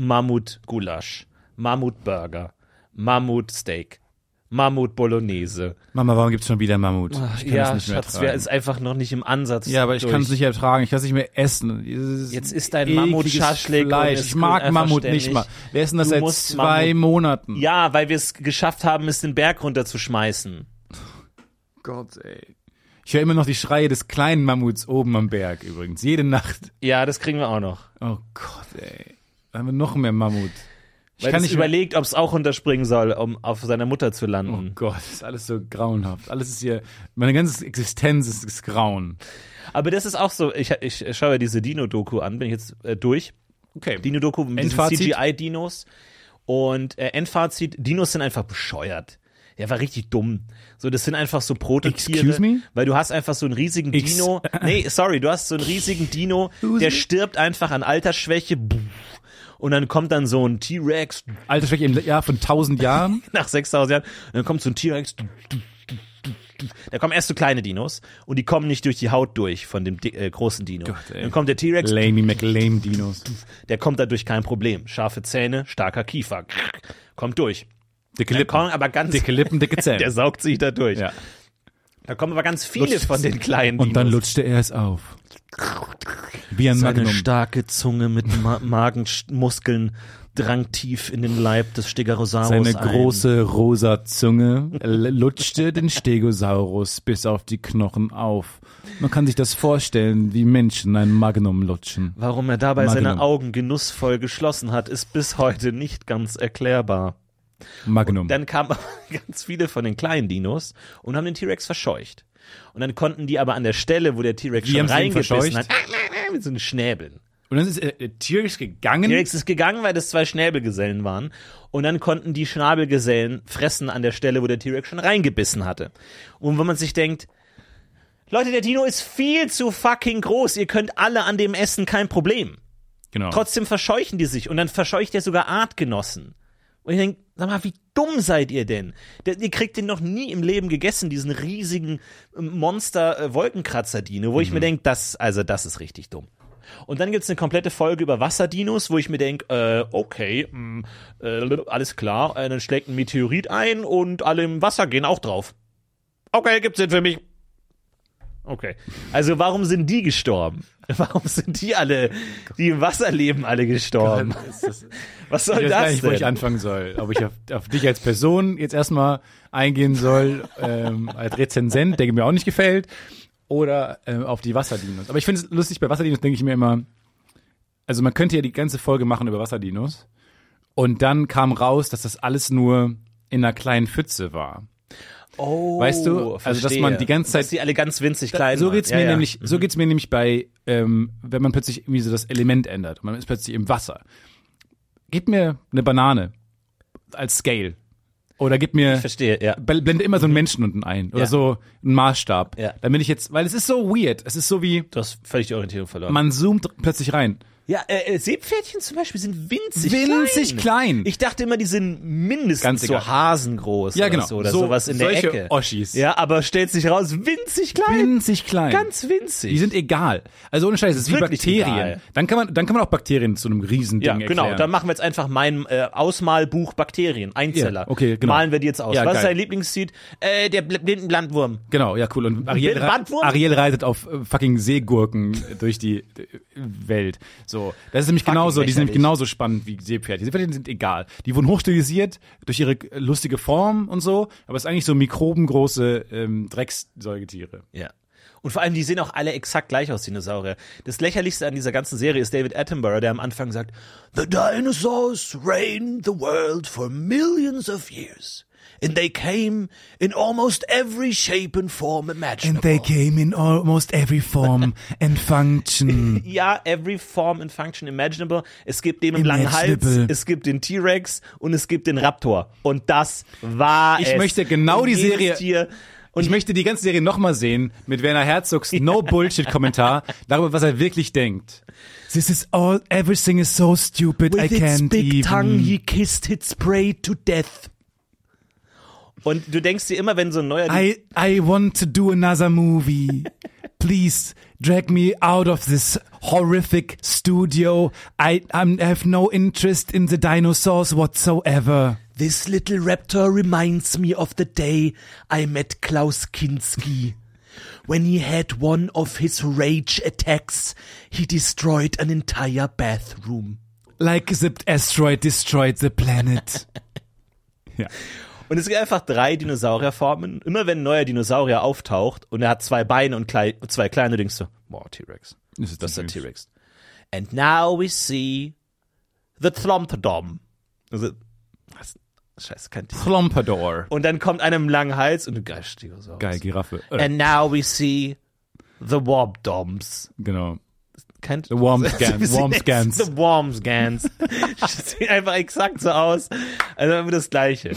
[SPEAKER 1] Mammut-Gulasch, Mammut-Burger, Mammut-Steak, Mammut-Bolognese.
[SPEAKER 2] Mama, warum gibt's schon wieder Mammut? Ich kann
[SPEAKER 1] Ah, Ja,
[SPEAKER 2] das nicht mehr
[SPEAKER 1] Schatz, wer
[SPEAKER 2] ertragen.
[SPEAKER 1] ist einfach noch nicht im Ansatz
[SPEAKER 2] Ja, aber ich
[SPEAKER 1] durch.
[SPEAKER 2] kann es nicht ertragen. Ich kann es nicht mehr essen. Dieses
[SPEAKER 1] Jetzt isst dein
[SPEAKER 2] ekliges
[SPEAKER 1] Mammut-Schaschlik und
[SPEAKER 2] Fleisch.
[SPEAKER 1] es
[SPEAKER 2] Ich
[SPEAKER 1] tut
[SPEAKER 2] mag
[SPEAKER 1] einfach
[SPEAKER 2] Mammut
[SPEAKER 1] ständig.
[SPEAKER 2] nicht mal. Wer ist denn das
[SPEAKER 1] Du
[SPEAKER 2] seit
[SPEAKER 1] musst
[SPEAKER 2] zwei
[SPEAKER 1] Mammut-
[SPEAKER 2] Monaten?
[SPEAKER 1] Ja, weil wir es geschafft haben, es den Berg runterzuschmeißen.
[SPEAKER 2] Gott, ey. Ich höre immer noch die Schreie des kleinen Mammuts oben am Berg übrigens. Jede Nacht.
[SPEAKER 1] Ja, das kriegen wir auch noch.
[SPEAKER 2] Oh Gott, ey. Da haben wir noch mehr Mammut. Ich
[SPEAKER 1] Weil
[SPEAKER 2] kann
[SPEAKER 1] es
[SPEAKER 2] nicht mehr-
[SPEAKER 1] überlegt, ob es auch runterspringen soll, um auf seiner Mutter zu
[SPEAKER 2] Oh
[SPEAKER 1] landen.
[SPEAKER 2] Gott, ist alles so grauenhaft. Alles ist hier, meine ganze Existenz ist, ist Grauen.
[SPEAKER 1] Aber das ist auch so, ich, ich schaue ja diese Dino-Doku an, bin ich jetzt äh, durch.
[SPEAKER 2] Okay.
[SPEAKER 1] Dino-Doku mit diesen
[SPEAKER 2] Endfazit?
[SPEAKER 1] CGI-Dinos. Und äh, Endfazit, Dinos sind einfach bescheuert. Der war richtig dumm. So, das sind einfach so Prototiere.
[SPEAKER 2] Excuse me?
[SPEAKER 1] Weil du hast einfach so einen riesigen
[SPEAKER 2] Ex-
[SPEAKER 1] Dino. Nee, sorry, du hast so einen riesigen Dino, der stirbt einfach an Altersschwäche. Und dann kommt dann so ein T-Rex
[SPEAKER 2] Alter Schwäche im Jahr von 1000 Jahren.
[SPEAKER 1] nach 6000 Jahren. Und dann kommt so ein T-Rex. Da kommen erst so kleine Dinos und die kommen nicht durch die Haut durch von dem di- äh, großen Dino.
[SPEAKER 2] ey.
[SPEAKER 1] dann kommt der T-Rex,
[SPEAKER 2] Lamey McLame Dinos.
[SPEAKER 1] der kommt dadurch kein Problem. Scharfe Zähne, starker Kiefer. Kommt durch.
[SPEAKER 2] Dicke
[SPEAKER 1] Der
[SPEAKER 2] Lippen.
[SPEAKER 1] kommt aber ganz,
[SPEAKER 2] Dicke Lippen, dicke
[SPEAKER 1] der
[SPEAKER 2] Zähne.
[SPEAKER 1] saugt sich da durch.
[SPEAKER 2] Ja.
[SPEAKER 1] Da kommen aber ganz viele
[SPEAKER 2] Lutscht-
[SPEAKER 1] von den kleinen Dinos.
[SPEAKER 2] Und dann lutschte er es auf. Wie ein
[SPEAKER 1] Seine
[SPEAKER 2] Magnum.
[SPEAKER 1] starke Zunge mit Ma Magenmuskeln drang tief in den Leib des Stegosaurus
[SPEAKER 2] Seine
[SPEAKER 1] ein.
[SPEAKER 2] große rosa Zunge l- lutschte den Stegosaurus bis auf die Knochen auf. Man kann sich das vorstellen, wie Menschen ein Magnum lutschen.
[SPEAKER 1] Warum er dabei seine
[SPEAKER 2] Magnum.
[SPEAKER 1] Augen genussvoll geschlossen hat, ist bis heute nicht ganz erklärbar.
[SPEAKER 2] Magnum.
[SPEAKER 1] Dann kamen aber ganz viele von den kleinen Dinos und haben den T-Rex verscheucht. Und dann konnten die aber an der Stelle, wo der T-Rex
[SPEAKER 2] Wie
[SPEAKER 1] schon
[SPEAKER 2] haben sie ihn
[SPEAKER 1] reingebissen hat,
[SPEAKER 2] verscheucht?
[SPEAKER 1] mit so einem Schnäbeln.
[SPEAKER 2] Und dann ist äh, äh, T-Rex gegangen.
[SPEAKER 1] T-Rex ist gegangen, weil das zwei Schnäbelgesellen waren. Und dann konnten die Schnabelgesellen fressen an der Stelle, wo der T-Rex schon reingebissen hatte. Und wenn man sich denkt, Leute, der Dino ist viel zu fucking groß, ihr könnt alle an dem essen, kein Problem.
[SPEAKER 2] Genau.
[SPEAKER 1] Trotzdem verscheuchen die sich und dann verscheucht er sogar Artgenossen. Und ich denke, sag mal, wie dumm seid ihr denn? Der, ihr kriegt den noch nie im Leben gegessen, diesen riesigen ähm, Monster-Wolkenkratzer-Dino, wo ich mir denke, das, also das ist richtig dumm. Und dann gibt's eine komplette Folge über Wasserdinos, wo ich mir denke, äh, okay, mh, äh, alles klar, äh, dann schlägt ein Meteorit ein und alle im Wasser gehen auch drauf. Okay, gibt's den für mich. Okay. Also warum sind die gestorben? Warum sind die alle, die im Wasser leben, alle gestorben?
[SPEAKER 2] Ist das-
[SPEAKER 1] Was
[SPEAKER 2] Ich
[SPEAKER 1] soll
[SPEAKER 2] weiß gar
[SPEAKER 1] das
[SPEAKER 2] nicht, wo ich
[SPEAKER 1] denn?
[SPEAKER 2] anfangen soll. Ob ich auf, auf dich als Person jetzt erstmal eingehen soll, ähm, als Rezensent, der mir auch nicht gefällt, oder ähm, auf die Wasserdinos. Aber ich finde es lustig, bei Wasserdinos denke ich mir immer, also man könnte ja die ganze Folge machen über Wasserdinos. Und dann kam raus, dass das alles nur in einer kleinen Pfütze war.
[SPEAKER 1] Oh,
[SPEAKER 2] Weißt du, also, dass man die ganze Zeit-
[SPEAKER 1] dass die alle ganz winzig klein.
[SPEAKER 2] so
[SPEAKER 1] waren.
[SPEAKER 2] geht's
[SPEAKER 1] Ja,
[SPEAKER 2] mir
[SPEAKER 1] ja. Mhm.
[SPEAKER 2] nämlich, so geht's mir nämlich bei, ähm, wenn man plötzlich irgendwie so das Element ändert und man ist plötzlich im Wasser. Gib mir eine Banane als Scale. Oder gib mir,
[SPEAKER 1] Ich verstehe, ja.
[SPEAKER 2] bl- blende immer so einen Menschen unten ein. Oder
[SPEAKER 1] Mhm. Ja.
[SPEAKER 2] so einen Maßstab.
[SPEAKER 1] Ja.
[SPEAKER 2] Damit ich jetzt, weil es ist so weird. Es ist so wie,
[SPEAKER 1] Du hast völlig die Orientierung verloren.
[SPEAKER 2] man zoomt plötzlich rein.
[SPEAKER 1] Ja, äh, äh, Seepferdchen zum Beispiel sind winzig
[SPEAKER 2] Winzig klein.
[SPEAKER 1] Ich dachte immer, die sind mindestens
[SPEAKER 2] Ganz
[SPEAKER 1] so
[SPEAKER 2] egal.
[SPEAKER 1] hasengroß
[SPEAKER 2] Ja,
[SPEAKER 1] oder
[SPEAKER 2] genau.
[SPEAKER 1] so oder
[SPEAKER 2] So-
[SPEAKER 1] sowas in der
[SPEAKER 2] solche
[SPEAKER 1] Ecke.
[SPEAKER 2] Oschis.
[SPEAKER 1] Ja, aber stellt sich raus, winzig klein.
[SPEAKER 2] Winzig klein.
[SPEAKER 1] Ganz winzig.
[SPEAKER 2] Die sind egal. Also ohne Scheiß, es ist wie
[SPEAKER 1] Wirklich
[SPEAKER 2] Bakterien.
[SPEAKER 1] egal.
[SPEAKER 2] Dann kann man, dann kann man auch Bakterien zu einem Riesending
[SPEAKER 1] ja,
[SPEAKER 2] erklären.
[SPEAKER 1] genau. Dann machen wir jetzt einfach mein äh, Ausmalbuch Bakterien, Einzeller.
[SPEAKER 2] Ja, okay, genau.
[SPEAKER 1] Malen wir die jetzt aus.
[SPEAKER 2] Ja,
[SPEAKER 1] Was ist
[SPEAKER 2] geil.
[SPEAKER 1] dein Lieblingsseed? Äh, der bl- Blindenblandwurm.
[SPEAKER 2] Genau, ja, cool. Und Ariel,
[SPEAKER 1] Bin-
[SPEAKER 2] rei-
[SPEAKER 1] Bandwurm?
[SPEAKER 2] Ariel reitet auf äh, fucking Seegurken durch die äh, Welt. So, das ist nämlich
[SPEAKER 1] Fucking
[SPEAKER 2] genauso, die sind nämlich
[SPEAKER 1] lächerlich.
[SPEAKER 2] genauso spannend wie Seepferdchen. Seepferdchen sind egal. Die wurden hochstilisiert durch ihre äh, lustige Form und so, aber es sind eigentlich so mikrobengroße ähm, Dreckssäugetiere.
[SPEAKER 1] Ja. Und vor allem, die sehen auch alle exakt gleich aus, Dinosaurier. Das Lächerlichste an dieser ganzen Serie ist David Attenborough, der am Anfang sagt, The dinosaurs reigned the world for millions of years. And they came in almost every shape and form imaginable.
[SPEAKER 2] came in almost every form and function.
[SPEAKER 1] ja, every form and function imaginable. Es gibt den mit dem langen Hals,
[SPEAKER 2] Imaginable.
[SPEAKER 1] es gibt den T-Rex und es gibt den Raptor. Und das war
[SPEAKER 2] Ich
[SPEAKER 1] es.
[SPEAKER 2] möchte genau
[SPEAKER 1] Und
[SPEAKER 2] die
[SPEAKER 1] jedes
[SPEAKER 2] Serie-
[SPEAKER 1] Tier und
[SPEAKER 2] Ich möchte die ganze Serie nochmal sehen mit Werner Herzogs No Bullshit Kommentar darüber, was er wirklich denkt. This is all, everything is so stupid,
[SPEAKER 1] With its big tongue he kissed its prey to death. Und du denkst dir immer, wenn so ein neuer
[SPEAKER 2] I, I want to do another movie. Please drag me out of this horrific studio. I, I'm, I have no interest in the dinosaurs whatsoever.
[SPEAKER 1] This little raptor reminds me of the day I met Klaus Kinski. When he had one of his rage attacks, he destroyed an entire bathroom.
[SPEAKER 2] Like the asteroid destroyed the planet. ja.
[SPEAKER 1] Und es gibt einfach drei Dinosaurierformen. Immer wenn ein neuer Dinosaurier auftaucht und er hat zwei Beine und klei zwei kleine, denkst du, boah, T-Rex.
[SPEAKER 2] Das ist
[SPEAKER 1] Das ist der T-Rex. And now we see the Thlompedom. Also, was, scheiße, kein T-Rex.
[SPEAKER 2] Plompador.
[SPEAKER 1] Und dann kommt einem langen Hals und du geilst Stegosaurus.
[SPEAKER 2] Geil, Giraffe. Äh,
[SPEAKER 1] And now we see the Wobdoms.
[SPEAKER 2] genau.
[SPEAKER 1] Kein
[SPEAKER 2] The Wormscans. Wormscans.
[SPEAKER 1] The Wormscans. Sieht einfach exakt so aus. Also immer das Gleiche.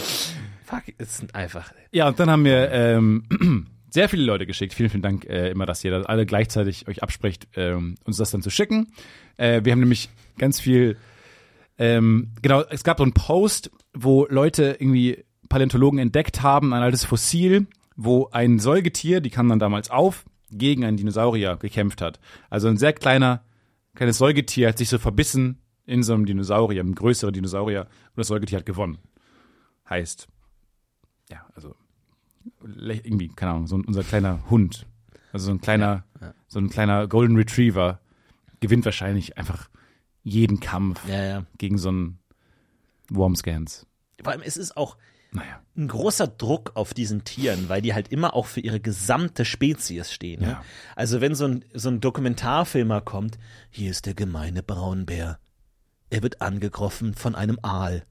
[SPEAKER 1] Fuck, es sind einfach.
[SPEAKER 2] Ja, und dann haben wir ähm, sehr viele Leute geschickt. Vielen, vielen Dank äh, immer, dass ihr das alle gleichzeitig euch absprecht, ähm, uns das dann zu schicken. Äh, wir haben nämlich ganz viel, ähm, genau, es gab so einen Post, wo Leute irgendwie Paläontologen entdeckt haben, ein altes Fossil, wo ein Säugetier, die kam dann damals auf, gegen einen Dinosaurier gekämpft hat. Also ein sehr kleiner, kleines Säugetier hat sich so verbissen in so einem Dinosaurier, einem größeren Dinosaurier, und das Säugetier hat gewonnen. Heißt, ja, also le- irgendwie, keine Ahnung, so ein, unser kleiner Hund, also so ein kleiner, so ein kleiner Golden Retriever gewinnt wahrscheinlich einfach jeden Kampf
[SPEAKER 1] Ja, ja.
[SPEAKER 2] gegen so einen Wormscans.
[SPEAKER 1] Vor allem, es ist auch
[SPEAKER 2] Naja.
[SPEAKER 1] ein großer Druck auf diesen Tieren, weil die halt immer auch für ihre gesamte Spezies stehen. Ne?
[SPEAKER 2] Ja.
[SPEAKER 1] Also wenn so ein, so ein Dokumentarfilmer kommt, hier ist der gemeine Braunbär. Er wird angegriffen von einem Aal.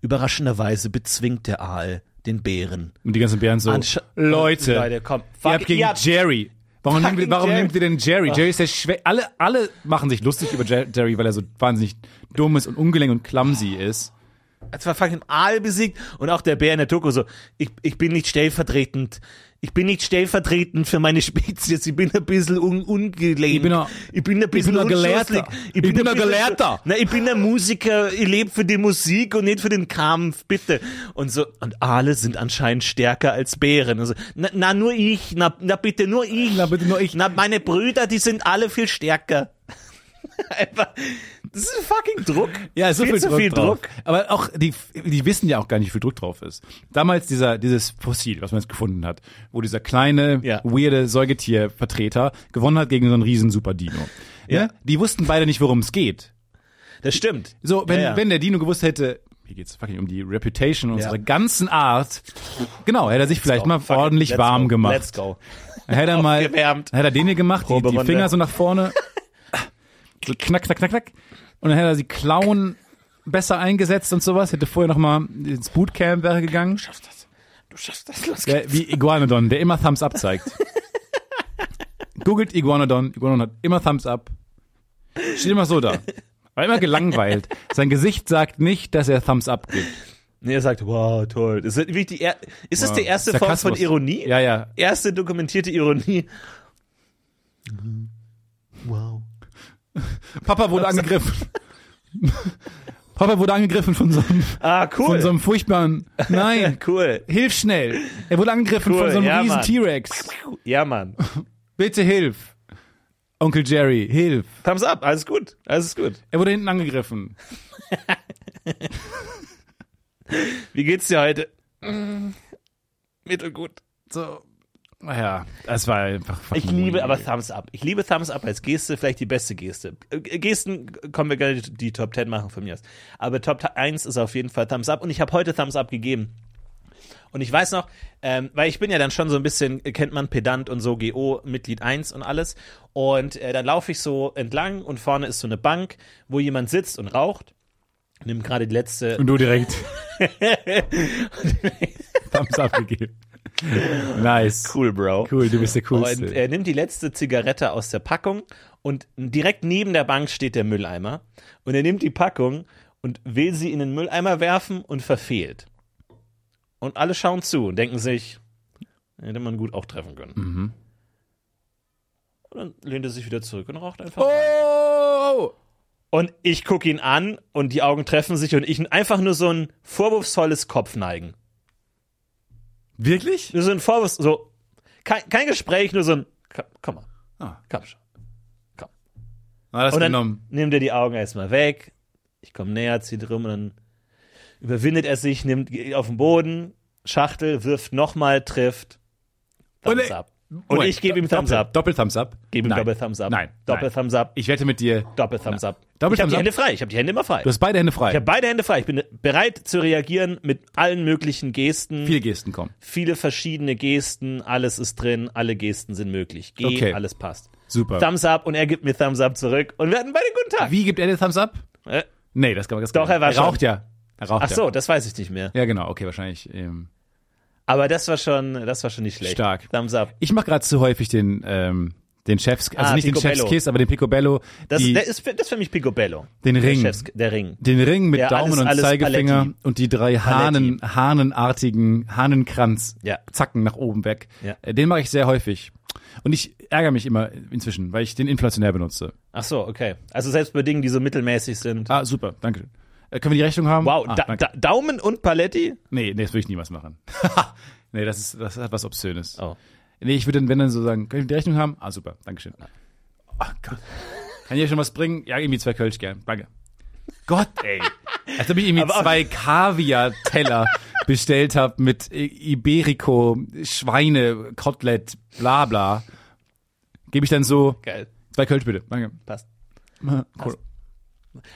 [SPEAKER 1] Überraschenderweise bezwingt der Aal den Bären.
[SPEAKER 2] Und die ganzen Bären so,
[SPEAKER 1] Ansch-
[SPEAKER 2] Leute,
[SPEAKER 1] Leute, komm,
[SPEAKER 2] ihr
[SPEAKER 1] fuck,
[SPEAKER 2] habt gegen
[SPEAKER 1] ihr habt-
[SPEAKER 2] Jerry. Warum, nehmt ihr,
[SPEAKER 1] Fucking
[SPEAKER 2] warum
[SPEAKER 1] Jerry.
[SPEAKER 2] nehmt ihr denn Jerry? Jerry ist der Schwä alle, alle machen sich lustig über Jer- Jerry, weil er so wahnsinnig dumm ist und ungelenk und clumsy ist.
[SPEAKER 1] Als war fucking Aal besiegt und auch der Bär in der Doku so, ich, ich bin nicht stellvertretend. Ich bin nicht stellvertretend für meine Spezies. Ich bin ein bisschen un ungelenk.
[SPEAKER 2] Ich bin ein-
[SPEAKER 1] ich bin ein bisschen
[SPEAKER 2] ich bin ein
[SPEAKER 1] unschlüssig.
[SPEAKER 2] Gelehrter. Ich bin ein
[SPEAKER 1] bisschen-
[SPEAKER 2] Gelehrter.
[SPEAKER 1] Na, ich bin ein Musiker. Ich lebe für die Musik und nicht für den Kampf. Bitte. Und so, und Aale sind anscheinend stärker als Bären. Also, na, na, nur ich. Na, na, bitte, nur ich.
[SPEAKER 2] Na, bitte nur ich.
[SPEAKER 1] Na, meine Brüder, die sind alle viel stärker. Einfach, das ist fucking Druck.
[SPEAKER 2] Ja, so
[SPEAKER 1] viel,
[SPEAKER 2] viel,
[SPEAKER 1] zu
[SPEAKER 2] Druck
[SPEAKER 1] viel
[SPEAKER 2] drauf.
[SPEAKER 1] Druck.
[SPEAKER 2] Aber auch die, die wissen ja auch gar nicht, wie viel Druck drauf ist. Damals dieser dieses Fossil, was man jetzt gefunden hat, wo dieser kleine
[SPEAKER 1] Ja.
[SPEAKER 2] weirde Säugetiervertreter gewonnen hat gegen so einen riesen Super Dino. Ja.
[SPEAKER 1] Ja.
[SPEAKER 2] Die wussten beide nicht, worum es geht.
[SPEAKER 1] Das stimmt.
[SPEAKER 2] So, wenn,
[SPEAKER 1] Ja, ja.
[SPEAKER 2] wenn der Dino gewusst hätte, hier geht's fucking um die Reputation unserer
[SPEAKER 1] Ja.
[SPEAKER 2] ganzen Art, genau, hätte er sich vielleicht
[SPEAKER 1] Go,
[SPEAKER 2] mal
[SPEAKER 1] fuck it,
[SPEAKER 2] ordentlich
[SPEAKER 1] let's
[SPEAKER 2] warm
[SPEAKER 1] go,
[SPEAKER 2] gemacht.
[SPEAKER 1] Let's go.
[SPEAKER 2] Dann hätte er mal,
[SPEAKER 1] Aufgewärmt.
[SPEAKER 2] dann hätte er den hier gemacht, die, die
[SPEAKER 1] Proberunde.
[SPEAKER 2] Finger so nach vorne, so knack, knack, knack, knack. Und dann hätte er die Klauen besser eingesetzt und sowas, hätte vorher nochmal ins Bootcamp wäre gegangen.
[SPEAKER 1] Du schaffst das, los
[SPEAKER 2] Der, wie Iguanodon, der immer Thumbs Up zeigt. Googelt Iguanodon, Iguanodon hat immer Thumbs Up. Steht immer so da. War immer gelangweilt. Sein Gesicht sagt nicht, dass er Thumbs Up gibt.
[SPEAKER 1] Nee, er sagt, wow, toll. Das ist, wirklich die er ist das
[SPEAKER 2] Wow.
[SPEAKER 1] die erste Form
[SPEAKER 2] Sarkasmus.
[SPEAKER 1] von Ironie?
[SPEAKER 2] Ja, ja.
[SPEAKER 1] Erste dokumentierte Ironie. Wow.
[SPEAKER 2] Papa wurde angegriffen. Papa wurde angegriffen von so einem,
[SPEAKER 1] Ah,
[SPEAKER 2] von
[SPEAKER 1] cool.
[SPEAKER 2] so einem furchtbaren. Nein,
[SPEAKER 1] cool.
[SPEAKER 2] hilf schnell. Er wurde angegriffen
[SPEAKER 1] Cool,
[SPEAKER 2] von so einem
[SPEAKER 1] ja,
[SPEAKER 2] riesen
[SPEAKER 1] Mann.
[SPEAKER 2] T-Rex.
[SPEAKER 1] Ja, Mann.
[SPEAKER 2] Bitte hilf. Onkel Jerry, hilf.
[SPEAKER 1] Thumbs up, alles gut. Alles ist gut.
[SPEAKER 2] Er wurde hinten angegriffen.
[SPEAKER 1] Wie geht's dir heute? Mm, Mittelgut.
[SPEAKER 2] So. Naja, das war einfach.
[SPEAKER 1] Ich
[SPEAKER 2] fucking
[SPEAKER 1] liebe
[SPEAKER 2] weird.
[SPEAKER 1] aber Thumbs Up. Ich liebe Thumbs Up als Geste, vielleicht die beste Geste. Äh, Gesten kommen wir gerne die- die Top 10 machen von mir aus. Aber Top 1 ist auf jeden Fall Thumbs Up und ich habe heute Thumbs Up gegeben. Und ich weiß noch, ähm, weil ich bin ja dann schon so ein bisschen, äh, kennt man Pedant und so, GO, Mitglied 1 und alles. Und äh, dann laufe ich so entlang und vorne ist so eine Bank, wo jemand sitzt und raucht. Nimmt gerade die letzte.
[SPEAKER 2] Und du direkt. Thumbs up gegeben. Nice.
[SPEAKER 1] Cool, Bro.
[SPEAKER 2] Cool, du bist der Coolste.
[SPEAKER 1] Und äh, er nimmt die letzte Zigarette aus der Packung und direkt neben der Bank steht der Mülleimer. Und er nimmt die Packung und will sie in den Mülleimer werfen und verfehlt. Und alle schauen zu und denken sich, hätte man gut auch treffen können. Und dann lehnt er sich wieder zurück und raucht einfach. weiter.
[SPEAKER 2] oh!
[SPEAKER 1] Und ich gucke ihn an und die Augen treffen sich und ich einfach nur so ein vorwurfsvolles Kopfneigen.
[SPEAKER 2] Wirklich?
[SPEAKER 1] Nur so ein Vorwurf, so kein, kein Gespräch, nur so ein, komm, komm mal,
[SPEAKER 2] Ah,
[SPEAKER 1] komm schon.
[SPEAKER 2] na, das
[SPEAKER 1] Und dann
[SPEAKER 2] genommen.
[SPEAKER 1] nimmt er die Augen erstmal weg. Ich komme näher, ziehe drum und dann überwindet er sich, nimmt geht auf den Boden, Schachtel, wirft nochmal, trifft. Thumbs
[SPEAKER 2] Und-
[SPEAKER 1] up. Und ich gebe ihm Thumbs
[SPEAKER 2] Doppel-
[SPEAKER 1] up.
[SPEAKER 2] Doppel Thumbs up.
[SPEAKER 1] Gebe ihm
[SPEAKER 2] Nein.
[SPEAKER 1] Doppel Thumbs up.
[SPEAKER 2] Nein.
[SPEAKER 1] Doppel
[SPEAKER 2] Nein.
[SPEAKER 1] Thumbs up.
[SPEAKER 2] Ich wette mit dir,
[SPEAKER 1] Doppel Thumbs up.
[SPEAKER 2] Doppel
[SPEAKER 1] ich habe
[SPEAKER 2] Thumbs
[SPEAKER 1] die
[SPEAKER 2] up.
[SPEAKER 1] Hände frei. Ich habe die Hände immer frei.
[SPEAKER 2] du hast beide Hände frei.
[SPEAKER 1] ich habe beide Hände frei. Ich bin bereit zu reagieren mit allen möglichen Gesten.
[SPEAKER 2] Viele Gesten kommen.
[SPEAKER 1] Viele verschiedene Gesten. Alles ist drin. Alle Gesten sind möglich. Geh,
[SPEAKER 2] Okay.
[SPEAKER 1] alles passt.
[SPEAKER 2] Super.
[SPEAKER 1] Thumbs up und er gibt mir Thumbs up zurück. Und wir hatten beide einen guten Tag.
[SPEAKER 2] Wie gibt er den Thumbs up?
[SPEAKER 1] Äh,
[SPEAKER 2] Nee, das kann man ganz
[SPEAKER 1] Doch, er war
[SPEAKER 2] er raucht
[SPEAKER 1] schon-
[SPEAKER 2] ja. Er raucht
[SPEAKER 1] Ach so,
[SPEAKER 2] ja.
[SPEAKER 1] das weiß ich nicht mehr.
[SPEAKER 2] Ja, genau. Okay, wahrscheinlich. Ähm,
[SPEAKER 1] Aber das war schon, das war schon nicht schlecht.
[SPEAKER 2] Stark.
[SPEAKER 1] Thumbs up.
[SPEAKER 2] ich mache gerade zu häufig den, ähm, den Chefs, also
[SPEAKER 1] Ah,
[SPEAKER 2] nicht
[SPEAKER 1] Picobello.
[SPEAKER 2] den Chefskiss, aber den Picobello,
[SPEAKER 1] Das,
[SPEAKER 2] die,
[SPEAKER 1] der ist, für- das ist für mich Picobello.
[SPEAKER 2] den Ring.
[SPEAKER 1] Der, Chefs, der Ring.
[SPEAKER 2] den Ring mit
[SPEAKER 1] Ja,
[SPEAKER 2] Daumen
[SPEAKER 1] alles-
[SPEAKER 2] und
[SPEAKER 1] alles
[SPEAKER 2] Zeigefinger
[SPEAKER 1] Paletti.
[SPEAKER 2] und die drei Hahnen, Hahnenartigen, Hahnenkranz,
[SPEAKER 1] Ja.
[SPEAKER 2] Zacken nach oben weg.
[SPEAKER 1] Ja.
[SPEAKER 2] Äh, Den mache ich sehr häufig. Und ich ärgere mich immer inzwischen, weil ich den inflationär benutze.
[SPEAKER 1] Ach so, okay. Also selbst bei Dingen, die so mittelmäßig sind.
[SPEAKER 2] Ah, super, danke. Äh, können wir die Rechnung haben?
[SPEAKER 1] Wow,
[SPEAKER 2] ah,
[SPEAKER 1] da,
[SPEAKER 2] danke.
[SPEAKER 1] da, Daumen und Paletti?
[SPEAKER 2] Nee, nee, das würde ich niemals machen. nee, das ist, das hat was Obszönes.
[SPEAKER 1] Oh.
[SPEAKER 2] Nee, ich würde dann, wenn dann so sagen, können wir die Rechnung haben? Ah, super, Dankeschön. Oh Gott. Kann ich dir schon was bringen? Ja, irgendwie zwei Kölsch gern. Danke. Gott, ey. Als ob ich irgendwie
[SPEAKER 1] Aber-
[SPEAKER 2] zwei Kaviar-Teller bestellt habe mit äh, Iberico, Schweine, Kotelett, bla bla. Gebe ich dann so
[SPEAKER 1] Geil.
[SPEAKER 2] zwei Kölsch bitte. Danke.
[SPEAKER 1] Passt.
[SPEAKER 2] Cool.
[SPEAKER 1] Aber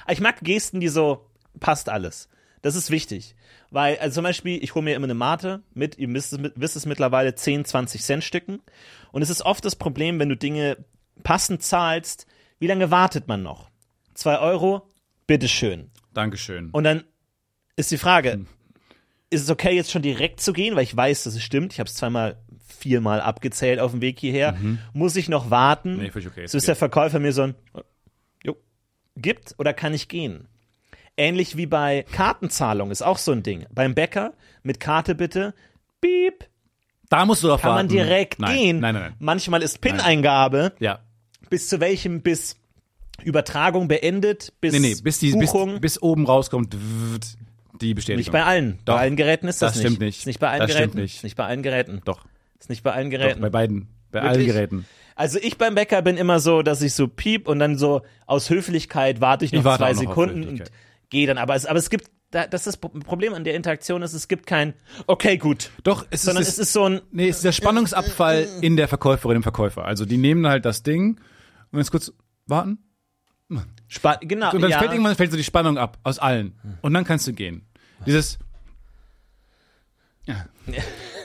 [SPEAKER 1] Ah, Ich mag Gesten, die so, passt alles. Das ist wichtig. Weil, also zum Beispiel, ich hole mir immer eine Mate mit, ihr wisst es, mit- wisst es mittlerweile, 10, 20 Cent Stücken. Und es ist oft das Problem, wenn du Dinge passend zahlst, wie lange wartet man noch? Zwei Euro? Bitteschön.
[SPEAKER 2] Dankeschön.
[SPEAKER 1] Und dann ist die
[SPEAKER 2] Hm.
[SPEAKER 1] Frage, ist es okay, jetzt schon direkt zu gehen, weil ich weiß, dass es stimmt. Ich habe es zweimal, viermal abgezählt auf dem Weg hierher. Muss ich noch warten?
[SPEAKER 2] Mhm. Nee, völlig okay.
[SPEAKER 1] So ist der Verkäufer mir so ein jo, gibt oder kann ich gehen? Ähnlich wie bei Kartenzahlung ist auch so ein Ding. Beim Bäcker mit Karte bitte, beep,
[SPEAKER 2] da musst du doch
[SPEAKER 1] kann man
[SPEAKER 2] warten.
[SPEAKER 1] direkt
[SPEAKER 2] nein.
[SPEAKER 1] gehen.
[SPEAKER 2] Nein, nein, nein.
[SPEAKER 1] Manchmal ist PIN-Eingabe,
[SPEAKER 2] Ja.
[SPEAKER 1] bis zu welchem bis Übertragung beendet, bis
[SPEAKER 2] Nee, nee, bis die bis,
[SPEAKER 1] Buchung.
[SPEAKER 2] bis oben rauskommt wwwt, die Bestätigung.
[SPEAKER 1] Nicht bei allen.
[SPEAKER 2] Genau. Doch.
[SPEAKER 1] Bei allen Geräten ist das,
[SPEAKER 2] Das
[SPEAKER 1] nicht.
[SPEAKER 2] stimmt nicht.
[SPEAKER 1] Ist nicht bei allen
[SPEAKER 2] Das
[SPEAKER 1] Geräten.
[SPEAKER 2] stimmt nicht.
[SPEAKER 1] Ist nicht bei allen Geräten.
[SPEAKER 2] Doch,
[SPEAKER 1] Ist nicht bei allen
[SPEAKER 2] doch
[SPEAKER 1] Geräten.
[SPEAKER 2] bei beiden. Bei allen
[SPEAKER 1] Wirklich?
[SPEAKER 2] Geräten.
[SPEAKER 1] also ich beim Bäcker bin immer so, dass ich so piep und dann so aus Höflichkeit warte ich noch
[SPEAKER 2] Ich warte
[SPEAKER 1] zwei
[SPEAKER 2] auch noch auf
[SPEAKER 1] Sekunden und
[SPEAKER 2] Höflichkeit.
[SPEAKER 1] gehe dann. Aber es, aber es gibt, da- das ist das Problem an der Interaktion ist, es gibt kein, okay, gut.
[SPEAKER 2] Doch, es
[SPEAKER 1] Sondern
[SPEAKER 2] ist,
[SPEAKER 1] es ist äh, so ein,
[SPEAKER 2] Nee, es ist der Spannungsabfall
[SPEAKER 1] äh,
[SPEAKER 2] in der Verkäuferin, im Verkäufer. Also die nehmen halt das Ding und jetzt kurz warten.
[SPEAKER 1] Spa genau,
[SPEAKER 2] Und dann
[SPEAKER 1] ja.
[SPEAKER 2] fällt irgendwann fällt so die Spannung ab aus allen. Und dann kannst du gehen. Dieses ja.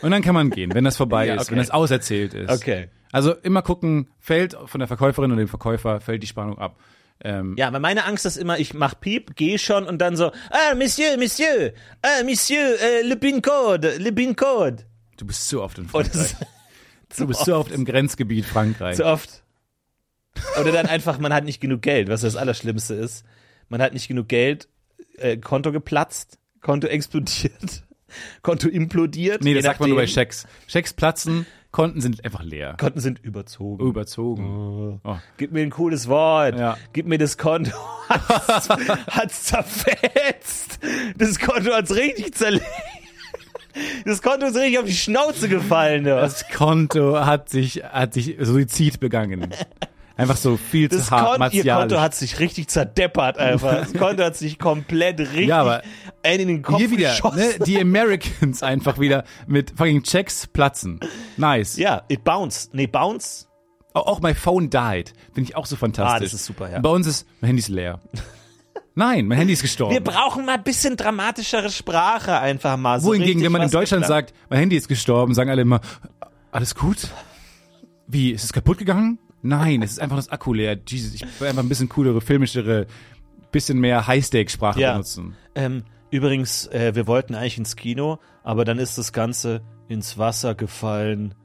[SPEAKER 2] Und dann kann man gehen, wenn das vorbei
[SPEAKER 1] Ja,
[SPEAKER 2] ist,
[SPEAKER 1] okay.
[SPEAKER 2] wenn das auserzählt ist.
[SPEAKER 1] Okay.
[SPEAKER 2] Also immer gucken, fällt von der Verkäuferin oder dem Verkäufer, fällt die Spannung ab. Ähm,
[SPEAKER 1] Ja, weil meine Angst ist immer, ich mach Piep, geh schon und dann so, ah, Monsieur, Monsieur, ah, Monsieur, äh, le pin code, le pin code.
[SPEAKER 2] Du bist so oft in
[SPEAKER 1] Und Oh, das
[SPEAKER 2] Frankreich. Du bist so oft im Grenzgebiet Frankreich.
[SPEAKER 1] Zu oft. Oder dann einfach, man hat nicht genug Geld, was das Allerschlimmste ist. Man hat nicht genug Geld, äh, Konto geplatzt, Konto explodiert. Konto implodiert.
[SPEAKER 2] Nee,
[SPEAKER 1] je
[SPEAKER 2] das sagt man nur bei
[SPEAKER 1] nachdem.
[SPEAKER 2] Schecks. Schecks platzen, Konten sind einfach leer.
[SPEAKER 1] Konten sind überzogen.
[SPEAKER 2] Überzogen.
[SPEAKER 1] Oh. Gib mir ein cooles Wort.
[SPEAKER 2] Uh. Ja.
[SPEAKER 1] Gib mir das Konto. Hat's, hat's zerfetzt. Das Konto hat's richtig zerlegt. Das Konto ist richtig auf die Schnauze gefallen. du. Das,
[SPEAKER 2] Das Konto hat sich, hat sich Suizid begangen. Einfach so viel zu hart
[SPEAKER 1] Konto, ihr Konto
[SPEAKER 2] martialisch.
[SPEAKER 1] hat sich richtig zerdeppert einfach. Das Konto hat sich komplett richtig
[SPEAKER 2] Ja, aber
[SPEAKER 1] einen in den Kopf
[SPEAKER 2] Hier wieder,
[SPEAKER 1] geschossen.
[SPEAKER 2] ne, die Americans einfach wieder mit fucking Checks platzen. Nice.
[SPEAKER 1] Ja, it bounced. Nee, bounce.
[SPEAKER 2] Au- Auch My Phone Died. Finde ich auch so fantastisch.
[SPEAKER 1] Ah, das ist super, ja.
[SPEAKER 2] Bei uns ist, mein Handy ist leer. Nein, mein Handy ist
[SPEAKER 1] Wir
[SPEAKER 2] gestorben.
[SPEAKER 1] brauchen mal ein bisschen dramatischere Sprache einfach mal. So
[SPEAKER 2] Wohingegen,
[SPEAKER 1] richtig
[SPEAKER 2] wenn man in
[SPEAKER 1] was
[SPEAKER 2] Deutschland
[SPEAKER 1] geplant.
[SPEAKER 2] sagt, mein Handy ist gestorben, sagen alle immer, alles gut? Wie, ist es kaputt gegangen? Nein, es ist einfach das Akku leer. Jesus, ich will einfach ein bisschen coolere, filmischere, bisschen mehr High-Stake-Sprache
[SPEAKER 1] Ja.
[SPEAKER 2] benutzen.
[SPEAKER 1] Ähm, übrigens, äh, wir wollten eigentlich ins Kino, aber dann ist das Ganze ins Wasser gefallen.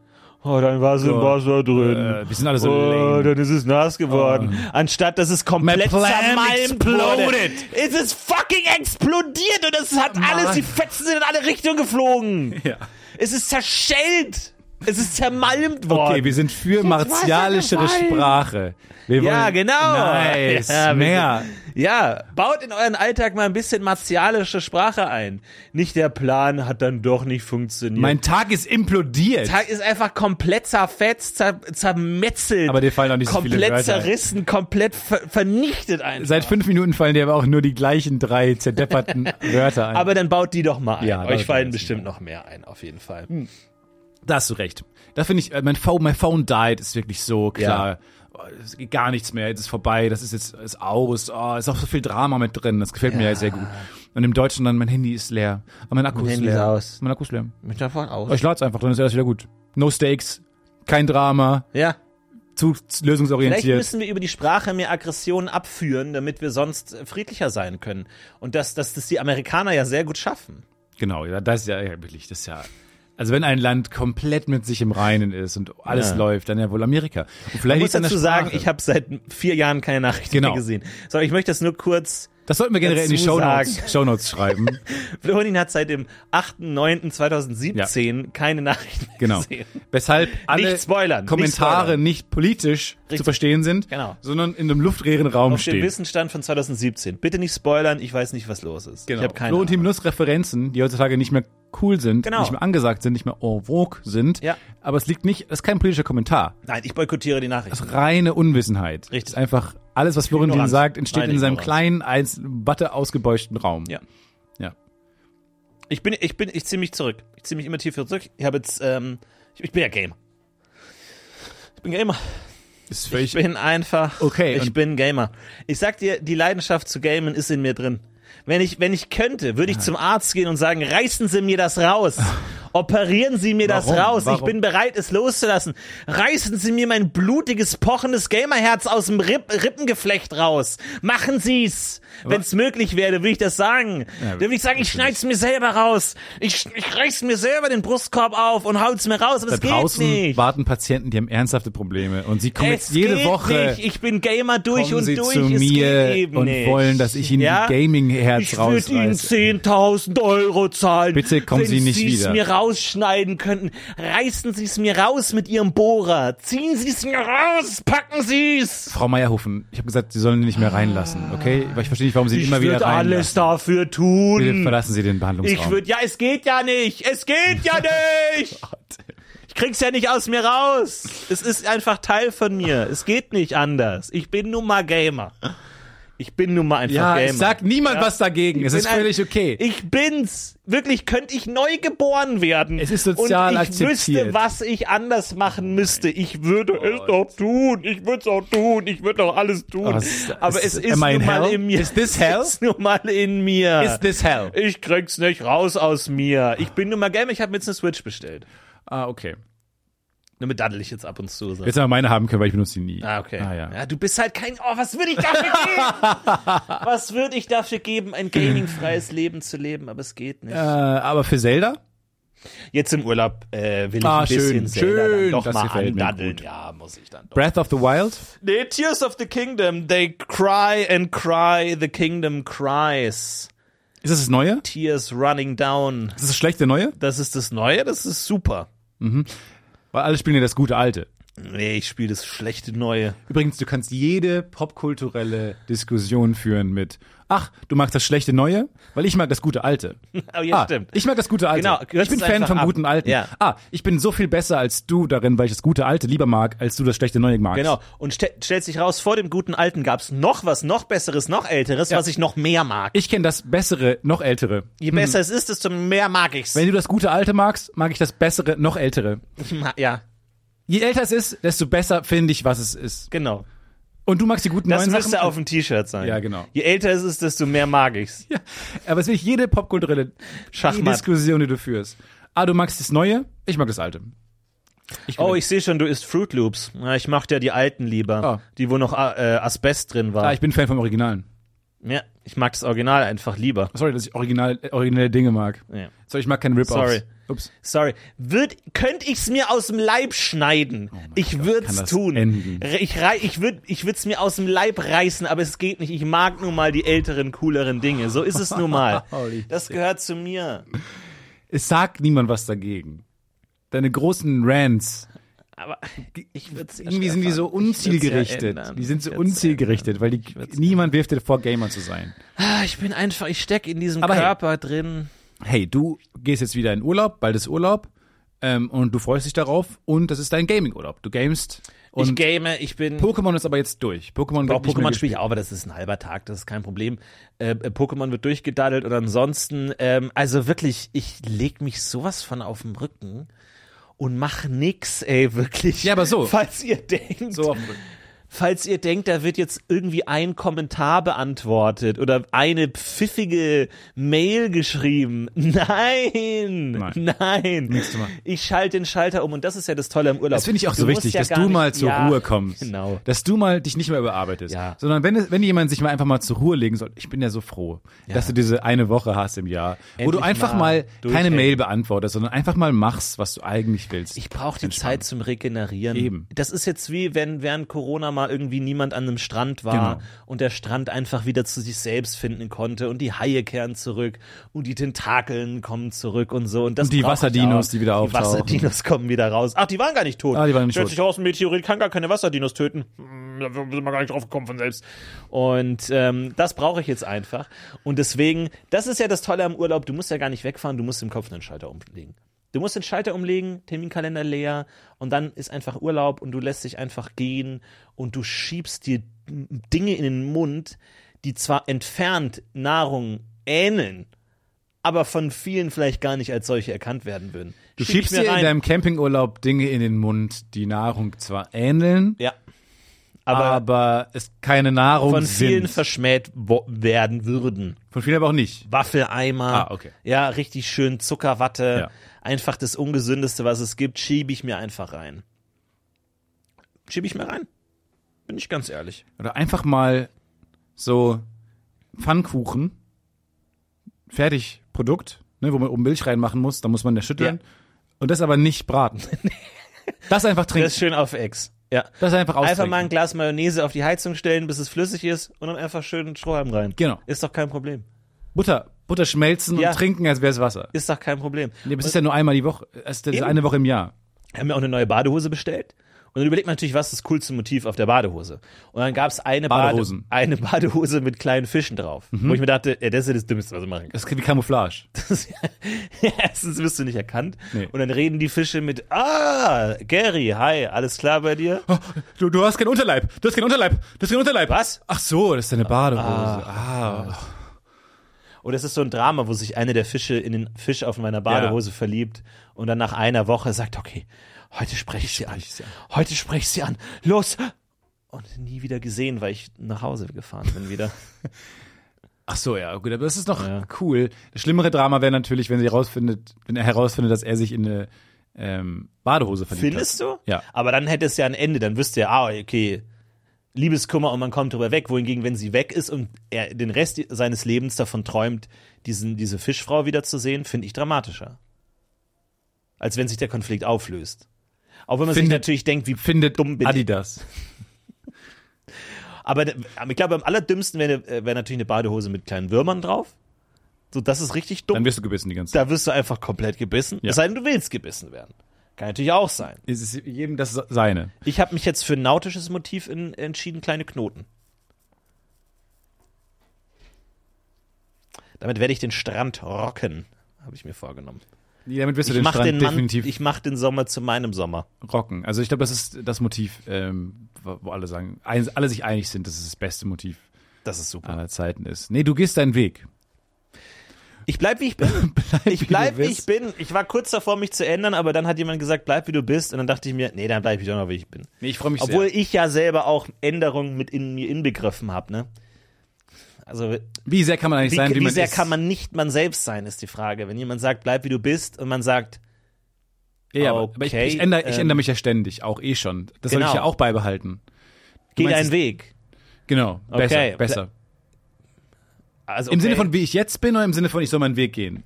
[SPEAKER 1] Oh, dann war es im
[SPEAKER 2] Oh,
[SPEAKER 1] Wasser drin.
[SPEAKER 2] äh, wir sind alle so
[SPEAKER 1] Oh,
[SPEAKER 2] lame. Oh.
[SPEAKER 1] dann ist es nass geworden. Anstatt, dass es komplett
[SPEAKER 2] My plan
[SPEAKER 1] zermalmt wurde,
[SPEAKER 2] exploded.
[SPEAKER 1] ist es fucking explodiert und es hat alles, die Fetzen sind in alle Richtungen geflogen.
[SPEAKER 2] Ja.
[SPEAKER 1] Es ist zerschellt. Es ist zermalmt worden.
[SPEAKER 2] Okay, wir sind für
[SPEAKER 1] war
[SPEAKER 2] martialischere
[SPEAKER 1] es ja gewollt.
[SPEAKER 2] Sprache. Wir
[SPEAKER 1] Ja,
[SPEAKER 2] wollen-
[SPEAKER 1] genau.
[SPEAKER 2] Nice,
[SPEAKER 1] Ja, wir
[SPEAKER 2] mehr.
[SPEAKER 1] Ja, baut in euren Alltag mal ein bisschen martialische Sprache ein. Nicht der Plan hat dann doch nicht funktioniert.
[SPEAKER 2] Mein Tag ist implodiert.
[SPEAKER 1] Tag ist einfach komplett zerfetzt, zer zermetzelt.
[SPEAKER 2] Aber dir fallen auch nicht so viele
[SPEAKER 1] komplett
[SPEAKER 2] Wörter ein.
[SPEAKER 1] zerrissen, komplett ver vernichtet einfach.
[SPEAKER 2] Seit fünf Minuten fallen dir aber auch nur die gleichen drei zerdepperten Wörter ein.
[SPEAKER 1] aber dann baut die doch mal ein.
[SPEAKER 2] Ja,
[SPEAKER 1] Euch
[SPEAKER 2] baut
[SPEAKER 1] fallen
[SPEAKER 2] die jetzt
[SPEAKER 1] bestimmt noch mehr ein, auf jeden Fall.
[SPEAKER 2] da hast du recht. Da finde ich, äh, mein Phone, my phone died ist wirklich so klar. Oh, Es geht gar nichts mehr, jetzt ist vorbei, das ist jetzt ist aus, oh, ist auch so viel Drama mit drin, das gefällt mir ja sehr gut. Und im Deutschen dann, mein Handy ist leer, oh, mein Akku
[SPEAKER 1] Mein
[SPEAKER 2] ist
[SPEAKER 1] Handy
[SPEAKER 2] leer.
[SPEAKER 1] ist aus.
[SPEAKER 2] Mein Akku ist leer.
[SPEAKER 1] Mit davon
[SPEAKER 2] Oh,
[SPEAKER 1] aus.
[SPEAKER 2] ich lade es einfach, dann ist alles wieder gut. No stakes, kein Drama,
[SPEAKER 1] Ja.
[SPEAKER 2] zu
[SPEAKER 1] Vielleicht
[SPEAKER 2] lösungsorientiert.
[SPEAKER 1] müssen wir über die Sprache mehr Aggressionen abführen, damit wir sonst äh, friedlicher sein können. Und das, das, das die Amerikaner ja sehr gut schaffen.
[SPEAKER 2] Genau, ja, das ist ja ja, wirklich, das ist ja. Also wenn ein Land komplett mit sich im Reinen ist und alles
[SPEAKER 1] Ja.
[SPEAKER 2] läuft, dann ja wohl Amerika. Und
[SPEAKER 1] Ich
[SPEAKER 2] vielleicht
[SPEAKER 1] muss
[SPEAKER 2] liegt's an der
[SPEAKER 1] dazu sagen,
[SPEAKER 2] Sprache.
[SPEAKER 1] ich habe seit vier Jahren keine Nachrichten
[SPEAKER 2] Genau.
[SPEAKER 1] mehr gesehen. So, ich möchte das nur kurz.
[SPEAKER 2] das sollten wir generell in die
[SPEAKER 1] dazu
[SPEAKER 2] Shownotes, Shownotes schreiben.
[SPEAKER 1] Florian hat seit dem 8.9.2017 keine Nachrichten mehr
[SPEAKER 2] Genau.
[SPEAKER 1] gesehen.
[SPEAKER 2] Weshalb alle
[SPEAKER 1] Nicht spoilern, nicht
[SPEAKER 2] Kommentare
[SPEAKER 1] spoilern.
[SPEAKER 2] nicht politisch zu
[SPEAKER 1] Richtig.
[SPEAKER 2] verstehen sind,
[SPEAKER 1] Genau.
[SPEAKER 2] sondern in einem luftleeren Raum
[SPEAKER 1] Auf dem
[SPEAKER 2] stehen.
[SPEAKER 1] Wissensstand von 2017. Bitte nicht spoilern, ich weiß nicht, was los ist. Ich habe keine
[SPEAKER 2] Flo und
[SPEAKER 1] Ahnung.
[SPEAKER 2] Minus Referenzen, die heutzutage nicht mehr cool sind,
[SPEAKER 1] Genau.
[SPEAKER 2] nicht mehr angesagt sind, nicht mehr en vogue sind.
[SPEAKER 1] Ja.
[SPEAKER 2] Aber es liegt nicht, das ist kein politischer Kommentar.
[SPEAKER 1] Nein, ich boykottiere die Nachrichten.
[SPEAKER 2] reine Unwissenheit.
[SPEAKER 1] Richtig.
[SPEAKER 2] Ist einfach alles, was Florentin
[SPEAKER 1] Ignoranz.
[SPEAKER 2] sagt, entsteht
[SPEAKER 1] Reine
[SPEAKER 2] in seinem
[SPEAKER 1] Ignoranz.
[SPEAKER 2] kleinen, als Watte ausgebeuchten Raum.
[SPEAKER 1] Ja.
[SPEAKER 2] Ja.
[SPEAKER 1] Ich bin, ich bin, ich ziehe mich zurück. Ich ziehe mich immer tiefer zurück. Ich habe jetzt, ähm, ich, ich bin ja Gamer. Ich bin Gamer.
[SPEAKER 2] Ist
[SPEAKER 1] Ich
[SPEAKER 2] völlig
[SPEAKER 1] bin einfach.
[SPEAKER 2] Okay,
[SPEAKER 1] Ich
[SPEAKER 2] und-
[SPEAKER 1] bin Gamer. Ich sag dir, die Leidenschaft zu gamen ist in mir drin. Wenn ich, wenn ich könnte, würde ich zum Arzt gehen und sagen, reißen Sie mir das raus. Operieren Sie mir das
[SPEAKER 2] Warum?
[SPEAKER 1] raus. Ich
[SPEAKER 2] Warum?
[SPEAKER 1] bin bereit, es loszulassen. Reißen Sie mir mein blutiges, pochendes Gamerherz aus dem Ripp Rippengeflecht raus. Machen Sie's. Wenn es möglich wäre, würde ich das sagen. Dann würde ich sagen, ich schneide es mir selber raus. Ich, ich reiß mir selber den Brustkorb auf und hau's mir raus. Aber
[SPEAKER 2] da
[SPEAKER 1] es geht
[SPEAKER 2] draußen
[SPEAKER 1] nicht.
[SPEAKER 2] warten Patienten, die haben ernsthafte Probleme und sie kommen
[SPEAKER 1] Es
[SPEAKER 2] jetzt jede
[SPEAKER 1] geht
[SPEAKER 2] Woche
[SPEAKER 1] Nicht. Ich bin Gamer durch
[SPEAKER 2] kommen
[SPEAKER 1] und
[SPEAKER 2] sie
[SPEAKER 1] durch.
[SPEAKER 2] zu
[SPEAKER 1] es geht
[SPEAKER 2] mir
[SPEAKER 1] eben
[SPEAKER 2] und
[SPEAKER 1] nicht.
[SPEAKER 2] wollen, dass ich ihnen
[SPEAKER 1] ja?
[SPEAKER 2] die Gaming-Herz
[SPEAKER 1] Ich würde Ihnen
[SPEAKER 2] rausreiße.
[SPEAKER 1] 10.000 Euro zahlen.
[SPEAKER 2] Bitte kommen
[SPEAKER 1] wenn
[SPEAKER 2] Sie nicht
[SPEAKER 1] es
[SPEAKER 2] wieder.
[SPEAKER 1] mir rausschneiden könnten. Reißen Sie es mir raus mit Ihrem Bohrer. Ziehen Sie es mir raus. Packen Sie es.
[SPEAKER 2] Frau Meierhofen, ich habe gesagt, Sie sollen ihn nicht mehr reinlassen, okay? Weil ich verstehe nicht, warum Sie ihn
[SPEAKER 1] Ich
[SPEAKER 2] immer wieder
[SPEAKER 1] würde alles
[SPEAKER 2] reinlassen.
[SPEAKER 1] dafür
[SPEAKER 2] Bitte
[SPEAKER 1] tun.
[SPEAKER 2] verlassen Sie den Behandlungsraum.
[SPEAKER 1] Ich würde, ja, es geht ja nicht. Es geht ja nicht. Ich krieg's ja nicht aus mir raus. Es ist einfach Teil von mir. Es geht nicht anders. Ich bin nun mal Gamer. Ich bin nun mal einfach
[SPEAKER 2] ja,
[SPEAKER 1] Gamer.
[SPEAKER 2] es sagt niemand was dagegen. Es
[SPEAKER 1] bin
[SPEAKER 2] ist
[SPEAKER 1] ein-
[SPEAKER 2] völlig okay.
[SPEAKER 1] Ich bin's. Wirklich, könnte ich neu geboren werden.
[SPEAKER 2] Es ist sozial
[SPEAKER 1] Und ich
[SPEAKER 2] akzeptiert. Oh
[SPEAKER 1] wüsste, was ich anders machen müsste. Ich würde es doch tun. Ich würde es auch tun. Ich würde doch alles tun.
[SPEAKER 2] Aber es-
[SPEAKER 1] Aber es
[SPEAKER 2] es-
[SPEAKER 1] ist
[SPEAKER 2] am I
[SPEAKER 1] nun
[SPEAKER 2] in
[SPEAKER 1] mal
[SPEAKER 2] hell?
[SPEAKER 1] in mir.
[SPEAKER 2] Is this hell?
[SPEAKER 1] Es ist nun mal in mir.
[SPEAKER 2] Is this hell?
[SPEAKER 1] Ich krieg's nicht raus aus mir. Ich bin nun mal Gamer. Ich habe mir jetzt eine Switch bestellt.
[SPEAKER 2] Ah, okay.
[SPEAKER 1] Damit daddel ich jetzt ab und zu. So.
[SPEAKER 2] Jetzt aber meine haben können, weil ich benutze die nie.
[SPEAKER 1] Ah, okay.
[SPEAKER 2] Ah, ja.
[SPEAKER 1] du bist halt kein. Oh, was würde ich dafür geben? was würde ich dafür geben, ein gamingfreies Leben zu leben? Aber es geht nicht.
[SPEAKER 2] Äh, aber für Zelda?
[SPEAKER 1] Jetzt im Urlaub äh, will ich
[SPEAKER 2] Ah,
[SPEAKER 1] ein bisschen
[SPEAKER 2] schön,
[SPEAKER 1] Zelda
[SPEAKER 2] schön,
[SPEAKER 1] dann doch
[SPEAKER 2] das
[SPEAKER 1] mal
[SPEAKER 2] gefällt mir
[SPEAKER 1] andaddeln.
[SPEAKER 2] gut.
[SPEAKER 1] Ja, muss ich dann doch.
[SPEAKER 2] Breath of the Wild?
[SPEAKER 1] nee, Tears of the Kingdom, they cry and cry, the kingdom cries.
[SPEAKER 2] Ist das das Neue?
[SPEAKER 1] Tears Running Down.
[SPEAKER 2] Ist das das schlechte Neue?
[SPEAKER 1] Das ist das Neue, das ist super.
[SPEAKER 2] Weil alle spielen ja das gute Alte.
[SPEAKER 1] Nee, ich spiele das schlechte Neue.
[SPEAKER 2] Übrigens, du kannst jede popkulturelle Diskussion führen mit, ach, du magst das schlechte Neue, weil ich mag das gute Alte.
[SPEAKER 1] Aber Oh, ja,
[SPEAKER 2] ah,
[SPEAKER 1] stimmt.
[SPEAKER 2] Ich mag das gute Alte.
[SPEAKER 1] Genau,
[SPEAKER 2] ich
[SPEAKER 1] kürzt
[SPEAKER 2] bin
[SPEAKER 1] es
[SPEAKER 2] Fan
[SPEAKER 1] einfach
[SPEAKER 2] vom
[SPEAKER 1] ab.
[SPEAKER 2] guten Alten.
[SPEAKER 1] Ja.
[SPEAKER 2] Ah, ich bin so viel besser als du darin, weil ich das gute Alte lieber mag, als du das schlechte Neue magst.
[SPEAKER 1] Genau. Und ste stellt sich raus, vor dem guten Alten gab's noch was, noch Besseres, noch Älteres, was ich noch mehr mag.
[SPEAKER 2] Ich kenne das bessere, noch ältere. Hm.
[SPEAKER 1] Je besser es ist, desto mehr mag ich's.
[SPEAKER 2] Wenn du das gute Alte magst, mag ich das bessere, noch ältere.
[SPEAKER 1] ja,
[SPEAKER 2] Je älter es ist, desto besser finde ich, was es ist.
[SPEAKER 1] genau.
[SPEAKER 2] Und du magst die guten
[SPEAKER 1] Das
[SPEAKER 2] neuen
[SPEAKER 1] müsste
[SPEAKER 2] Sachen.
[SPEAKER 1] auf dem T-Shirt sein.
[SPEAKER 2] Ja, genau.
[SPEAKER 1] Je älter es ist, desto mehr mag ich's.
[SPEAKER 2] Ja, aber es will ich jede popkulturelle die
[SPEAKER 1] Schachmatt.
[SPEAKER 2] Diskussion, die du führst. Ah, du magst das Neue? Ich mag das Alte. Ich
[SPEAKER 1] Oh, ich sehe schon, du isst Fruit Loops. Na, ich mochte ja die alten lieber,
[SPEAKER 2] Ah.
[SPEAKER 1] die wo noch äh, Asbest drin war.
[SPEAKER 2] ah, ich bin Fan vom Originalen.
[SPEAKER 1] ja, ich mag das Original einfach lieber.
[SPEAKER 2] Sorry, dass ich original, äh, originelle Dinge mag.
[SPEAKER 1] Ja.
[SPEAKER 2] So, ich mag keine Rip-Offs.
[SPEAKER 1] Sorry.
[SPEAKER 2] Ups.
[SPEAKER 1] Sorry, wird könnte ich's mir aus dem Leib schneiden? ich
[SPEAKER 2] Oh kann
[SPEAKER 1] würd's
[SPEAKER 2] das
[SPEAKER 1] tun.
[SPEAKER 2] enden?
[SPEAKER 1] Re- Ich rei- ich würd ich würd's mir aus dem Leib reißen, aber es geht nicht. Ich mag nun mal die älteren cooleren Dinge. So ist es nun mal.
[SPEAKER 2] Holy
[SPEAKER 1] das gehört zu mir.
[SPEAKER 2] Es sagt niemand was dagegen. Deine großen Rants,
[SPEAKER 1] Aber ich würd's ja
[SPEAKER 2] irgendwie sind
[SPEAKER 1] Stefan,
[SPEAKER 2] die so
[SPEAKER 1] ich würd's ja
[SPEAKER 2] unzielgerichtet.
[SPEAKER 1] ändern.
[SPEAKER 2] die sind so
[SPEAKER 1] Ich würd's
[SPEAKER 2] unzielgerichtet, weil die,
[SPEAKER 1] würd's
[SPEAKER 2] niemand wirft dir vor, Gamer zu sein.
[SPEAKER 1] Ah, Ich bin einfach, ich steck in diesem
[SPEAKER 2] Aber hey.
[SPEAKER 1] Körper drin.
[SPEAKER 2] Hey, du gehst jetzt wieder in Urlaub, bald ist Urlaub, ähm, und du freust dich darauf, und das ist dein Gaming-Urlaub. Du gamest,
[SPEAKER 1] Ich
[SPEAKER 2] und
[SPEAKER 1] game, ich bin
[SPEAKER 2] Pokémon ist aber jetzt durch. Pokémon
[SPEAKER 1] Auch
[SPEAKER 2] wird nicht mehr
[SPEAKER 1] Pokémon spiele ich auch, aber das ist ein halber Tag, das ist kein Problem. Äh, äh, Pokémon wird durchgedaddelt oder ansonsten, ähm, also wirklich, ich leg mich sowas von auf den Rücken und mach nix, ey, wirklich.
[SPEAKER 2] Ja, aber so.
[SPEAKER 1] Falls ihr denkt,
[SPEAKER 2] So auf dem Rücken.
[SPEAKER 1] falls ihr denkt, da wird jetzt irgendwie ein Kommentar beantwortet oder eine pfiffige Mail geschrieben. Nein,
[SPEAKER 2] Nein.
[SPEAKER 1] nein.
[SPEAKER 2] Nächstes Mal.
[SPEAKER 1] Ich schalte den Schalter um und das ist ja das Tolle im Urlaub.
[SPEAKER 2] Das finde ich auch
[SPEAKER 1] Du
[SPEAKER 2] so
[SPEAKER 1] musst
[SPEAKER 2] wichtig,
[SPEAKER 1] ja
[SPEAKER 2] dass
[SPEAKER 1] gar
[SPEAKER 2] du
[SPEAKER 1] nicht-
[SPEAKER 2] mal zur
[SPEAKER 1] Ja,
[SPEAKER 2] Ruhe kommst.
[SPEAKER 1] Genau.
[SPEAKER 2] Dass du mal dich nicht mehr überarbeitest.
[SPEAKER 1] Ja.
[SPEAKER 2] Sondern wenn, es, wenn jemand sich mal einfach mal zur Ruhe legen soll, ich bin ja so froh, dass du diese eine Woche hast im Jahr, wo du
[SPEAKER 1] Endlich
[SPEAKER 2] einfach mal,
[SPEAKER 1] mal
[SPEAKER 2] keine
[SPEAKER 1] durchhängen.
[SPEAKER 2] Mail beantwortest, sondern einfach mal machst, was du eigentlich willst.
[SPEAKER 1] Ich brauche die Zeit zum Regenerieren.
[SPEAKER 2] Eben.
[SPEAKER 1] Das ist jetzt wie, wenn während Corona mal irgendwie niemand an einem Strand war
[SPEAKER 2] Genau.
[SPEAKER 1] und der Strand einfach wieder zu sich selbst finden konnte und die Haie kehren zurück und die Tentakeln kommen zurück und so. Und, das
[SPEAKER 2] Und die
[SPEAKER 1] brauch ich
[SPEAKER 2] Wasserdinos,
[SPEAKER 1] auch.
[SPEAKER 2] die wieder auftauchen.
[SPEAKER 1] Die Wasserdinos kommen wieder raus. Ach, die waren gar nicht tot.
[SPEAKER 2] Ah, die waren nicht
[SPEAKER 1] Stellt
[SPEAKER 2] tot.
[SPEAKER 1] sich raus, ein Meteorit kann gar keine Wasserdinos töten. Hm, Da sind wir gar nicht drauf gekommen von selbst. Und ähm, das brauche ich jetzt einfach. Und deswegen, das ist ja das Tolle am Urlaub, du musst ja gar nicht wegfahren, du musst im Kopf einen Schalter umlegen. Du musst den Schalter umlegen, Terminkalender leer und dann ist einfach Urlaub und du lässt dich einfach gehen und du schiebst dir Dinge in den Mund, die zwar entfernt Nahrung ähneln, aber von vielen vielleicht gar nicht als solche erkannt werden würden.
[SPEAKER 2] du
[SPEAKER 1] Schieb ich
[SPEAKER 2] schiebst
[SPEAKER 1] mir
[SPEAKER 2] dir in
[SPEAKER 1] rein.
[SPEAKER 2] deinem Campingurlaub Dinge in den Mund, die Nahrung zwar ähneln,
[SPEAKER 1] Ja.
[SPEAKER 2] aber,
[SPEAKER 1] Aber
[SPEAKER 2] es keine Nahrung
[SPEAKER 1] von vielen
[SPEAKER 2] sind.
[SPEAKER 1] verschmäht wo- werden würden.
[SPEAKER 2] Von vielen aber auch nicht.
[SPEAKER 1] Waffeleimer.
[SPEAKER 2] Ah, okay.
[SPEAKER 1] Ja, richtig schön Zuckerwatte.
[SPEAKER 2] Ja.
[SPEAKER 1] Einfach das Ungesündeste, was es gibt, schiebe ich mir einfach rein. Schiebe ich mir rein. Bin ich ganz ehrlich.
[SPEAKER 2] Oder einfach mal so Pfannkuchen, fertig Produkt, ne, wo man oben Milch reinmachen muss, da muss man ja schütteln.
[SPEAKER 1] Ja.
[SPEAKER 2] Und das aber nicht braten. das einfach trinken.
[SPEAKER 1] Das
[SPEAKER 2] Das,
[SPEAKER 1] ist schön auf Ex. Ja.
[SPEAKER 2] einfach austrinken.
[SPEAKER 1] Einfach mal ein Glas Mayonnaise auf die Heizung stellen, bis es flüssig ist und dann einfach schön einen Strohhalm rein.
[SPEAKER 2] Genau.
[SPEAKER 1] Ist doch kein Problem.
[SPEAKER 2] Butter, Butter schmelzen
[SPEAKER 1] Ja.
[SPEAKER 2] und trinken, als wäre es Wasser.
[SPEAKER 1] Ist doch kein Problem.
[SPEAKER 2] Nee, aber es ist ja nur einmal die Woche, es ist ja diese
[SPEAKER 1] Eben.
[SPEAKER 2] eine Woche im Jahr.
[SPEAKER 1] haben wir auch eine neue Badehose bestellt. Und dann überlegt man natürlich, was ist das coolste Motiv auf der Badehose? Und dann gab es eine, Bade
[SPEAKER 2] Badehosen. Mhm.
[SPEAKER 1] eine Badehose mit kleinen Fischen drauf. Wo ich mir dachte, ja, das ist ja das Dümmste, was ich machen kann.
[SPEAKER 2] Das ist wie Camouflage.
[SPEAKER 1] Das- Erstens wirst du nicht erkannt.
[SPEAKER 2] Nee.
[SPEAKER 1] Und dann reden die Fische mit, ah, Gary, hi, alles klar bei dir?
[SPEAKER 2] Oh, du, du hast kein Unterleib, du hast kein Unterleib, du hast kein Unterleib.
[SPEAKER 1] Was?
[SPEAKER 2] Ach so, das ist deine Badehose. Ah,
[SPEAKER 1] Und es ist so ein Drama, wo sich eine der Fische in den Fisch auf meiner Badehose verliebt und dann nach einer Woche sagt, okay, heute spreche ich sie an.
[SPEAKER 2] sie an.
[SPEAKER 1] Heute spreche ich sie an. Los! Und nie wieder gesehen, weil ich nach Hause gefahren bin wieder.
[SPEAKER 2] Ach so, ja, gut, aber das ist noch cool. Das schlimmere Drama wäre natürlich, wenn sie herausfindet, wenn er herausfindet, dass er sich in eine ähm, Badehose verliebt
[SPEAKER 1] Findest
[SPEAKER 2] hat.
[SPEAKER 1] du?
[SPEAKER 2] Ja.
[SPEAKER 1] Aber dann hätte es ja ein Ende, dann wüsste er, ah, okay, Liebeskummer und man kommt drüber weg. Wohingegen, wenn sie weg ist und er den Rest seines Lebens davon träumt, diesen, diese Fischfrau wiederzusehen, finde ich dramatischer. Als wenn sich der Konflikt auflöst. Auch wenn man sich
[SPEAKER 2] Findet-
[SPEAKER 1] natürlich denkt, wie
[SPEAKER 2] Findet
[SPEAKER 1] dumm bin ich.
[SPEAKER 2] Adidas.
[SPEAKER 1] Aber, aber ich glaube, am allerdümmsten wäre eine- äh, wäre natürlich eine Badehose mit kleinen Würmern drauf. So, das ist richtig dumm.
[SPEAKER 2] Dann wirst du gebissen die ganze Zeit.
[SPEAKER 1] da wirst du einfach komplett gebissen.
[SPEAKER 2] Ja.
[SPEAKER 1] Es sei denn, du willst gebissen werden. Kann natürlich auch sein.
[SPEAKER 2] Es ist jedem das seine.
[SPEAKER 1] Ich habe mich jetzt für ein nautisches Motiv in, entschieden, kleine Knoten. Damit werde ich den Strand rocken, habe ich mir vorgenommen.
[SPEAKER 2] Nee, damit wirst du
[SPEAKER 1] Ich
[SPEAKER 2] den
[SPEAKER 1] mache
[SPEAKER 2] Strand
[SPEAKER 1] den, Mann-
[SPEAKER 2] definitiv
[SPEAKER 1] ich mach den Sommer zu meinem Sommer.
[SPEAKER 2] rocken. Also ich glaube, das ist das Motiv, ähm, wo wo alle sagen, ein, alle sich einig sind, dass es das beste Motiv
[SPEAKER 1] Das ist super.
[SPEAKER 2] aller Zeiten ist. Nee, du gehst deinen Weg.
[SPEAKER 1] Ich bleib wie ich bin.
[SPEAKER 2] wie
[SPEAKER 1] ich bleib
[SPEAKER 2] du
[SPEAKER 1] wie
[SPEAKER 2] bist.
[SPEAKER 1] ich bin. Ich war kurz davor, mich zu ändern, aber dann hat jemand gesagt, bleib wie du bist. Und dann dachte ich mir, nee, dann bleib ich doch noch, wie ich bin.
[SPEAKER 2] Nee, ich freue mich
[SPEAKER 1] Obwohl ich ja selber auch Änderungen mit in mir inbegriffen habe, ne? Also
[SPEAKER 2] Wie sehr kann man eigentlich
[SPEAKER 1] Wie,
[SPEAKER 2] sein, wie,
[SPEAKER 1] wie
[SPEAKER 2] man
[SPEAKER 1] sehr
[SPEAKER 2] ist?
[SPEAKER 1] kann man nicht man selbst sein, ist die Frage. Wenn jemand sagt, bleib wie du bist und man sagt,
[SPEAKER 2] ja, ja, aber ich,
[SPEAKER 1] Okay,
[SPEAKER 2] ich, ändere, ich
[SPEAKER 1] ähm,
[SPEAKER 2] ändere mich ja ständig, auch eh schon. Das soll ich
[SPEAKER 1] Genau.
[SPEAKER 2] ja auch beibehalten.
[SPEAKER 1] geh
[SPEAKER 2] meinst,
[SPEAKER 1] deinen
[SPEAKER 2] es-
[SPEAKER 1] Weg.
[SPEAKER 2] Genau, besser,
[SPEAKER 1] Okay.
[SPEAKER 2] besser.
[SPEAKER 1] Also,
[SPEAKER 2] Im
[SPEAKER 1] okay.
[SPEAKER 2] Sinne von, wie ich jetzt bin oder im Sinne von, ich soll meinen Weg gehen?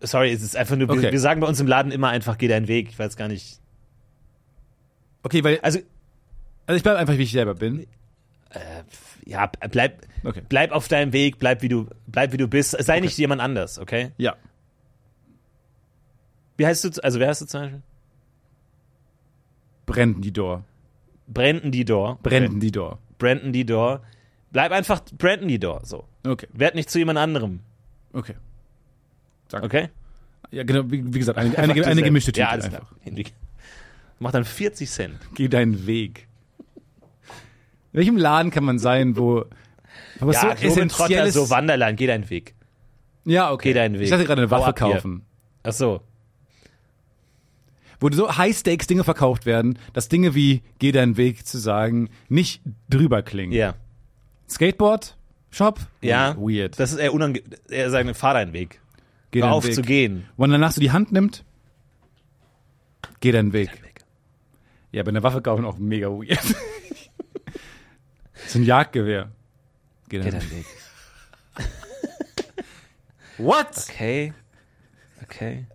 [SPEAKER 1] Sorry, es ist einfach nur, wir,
[SPEAKER 2] Okay.
[SPEAKER 1] wir sagen bei uns im Laden immer einfach, geh deinen Weg. Ich weiß gar nicht.
[SPEAKER 2] Okay, weil,
[SPEAKER 1] Also,
[SPEAKER 2] also ich bleibe einfach, wie ich selber bin.
[SPEAKER 1] ja, bleib,
[SPEAKER 2] Okay.
[SPEAKER 1] bleib auf deinem Weg, bleib wie du, bleib wie du bist. Sei nicht jemand anders, okay?
[SPEAKER 2] Ja.
[SPEAKER 1] Wie heißt du, zu- also wer heißt du zum Beispiel?
[SPEAKER 2] Brandon die Door.
[SPEAKER 1] Brandon Didor.
[SPEAKER 2] Brandon die Door.
[SPEAKER 1] Okay. Brandon Didor. Bleib einfach Brandon Didor, so.
[SPEAKER 2] Okay,
[SPEAKER 1] Werd nicht zu jemand anderem,
[SPEAKER 2] okay.
[SPEAKER 1] okay?
[SPEAKER 2] Ja, genau, wie, wie gesagt, eine, eine,
[SPEAKER 1] Einfach
[SPEAKER 2] eine
[SPEAKER 1] du
[SPEAKER 2] gemischte
[SPEAKER 1] selbst.
[SPEAKER 2] Tüte
[SPEAKER 1] Ja, alles
[SPEAKER 2] einfach.
[SPEAKER 1] klar. Hinweg. Mach dann 40 Cent.
[SPEAKER 2] Geh deinen Weg. In welchem Laden kann man sein, wo was
[SPEAKER 1] Ja, so
[SPEAKER 2] so
[SPEAKER 1] Globetrotter,
[SPEAKER 2] essentielles...
[SPEAKER 1] so Wanderland, geh deinen Weg.
[SPEAKER 2] ja, okay.
[SPEAKER 1] Geh deinen Weg.
[SPEAKER 2] Ich dachte gerade eine
[SPEAKER 1] Hau
[SPEAKER 2] Waffe
[SPEAKER 1] ab hier.
[SPEAKER 2] kaufen.
[SPEAKER 1] Ach so.
[SPEAKER 2] Wo so High-Stakes-Dinge verkauft werden, dass Dinge wie geh deinen Weg zu sagen nicht drüber klingen.
[SPEAKER 1] Ja.
[SPEAKER 2] Skateboard? Shop?
[SPEAKER 1] Ja.
[SPEAKER 2] Weird.
[SPEAKER 1] Das ist eher unange... Er sagt, fahr deinen Weg.
[SPEAKER 2] Geh
[SPEAKER 1] Hör
[SPEAKER 2] deinen
[SPEAKER 1] auf
[SPEAKER 2] Weg.
[SPEAKER 1] zu gehen.
[SPEAKER 2] Und danach so die Hand nimmt, geh deinen Weg. Ja, bei einer Waffe kaufen auch mega weird. so ein Jagdgewehr. Geh
[SPEAKER 1] Geh
[SPEAKER 2] deinen Weg.
[SPEAKER 1] deinen Weg.
[SPEAKER 2] What?
[SPEAKER 1] Okay. Okay.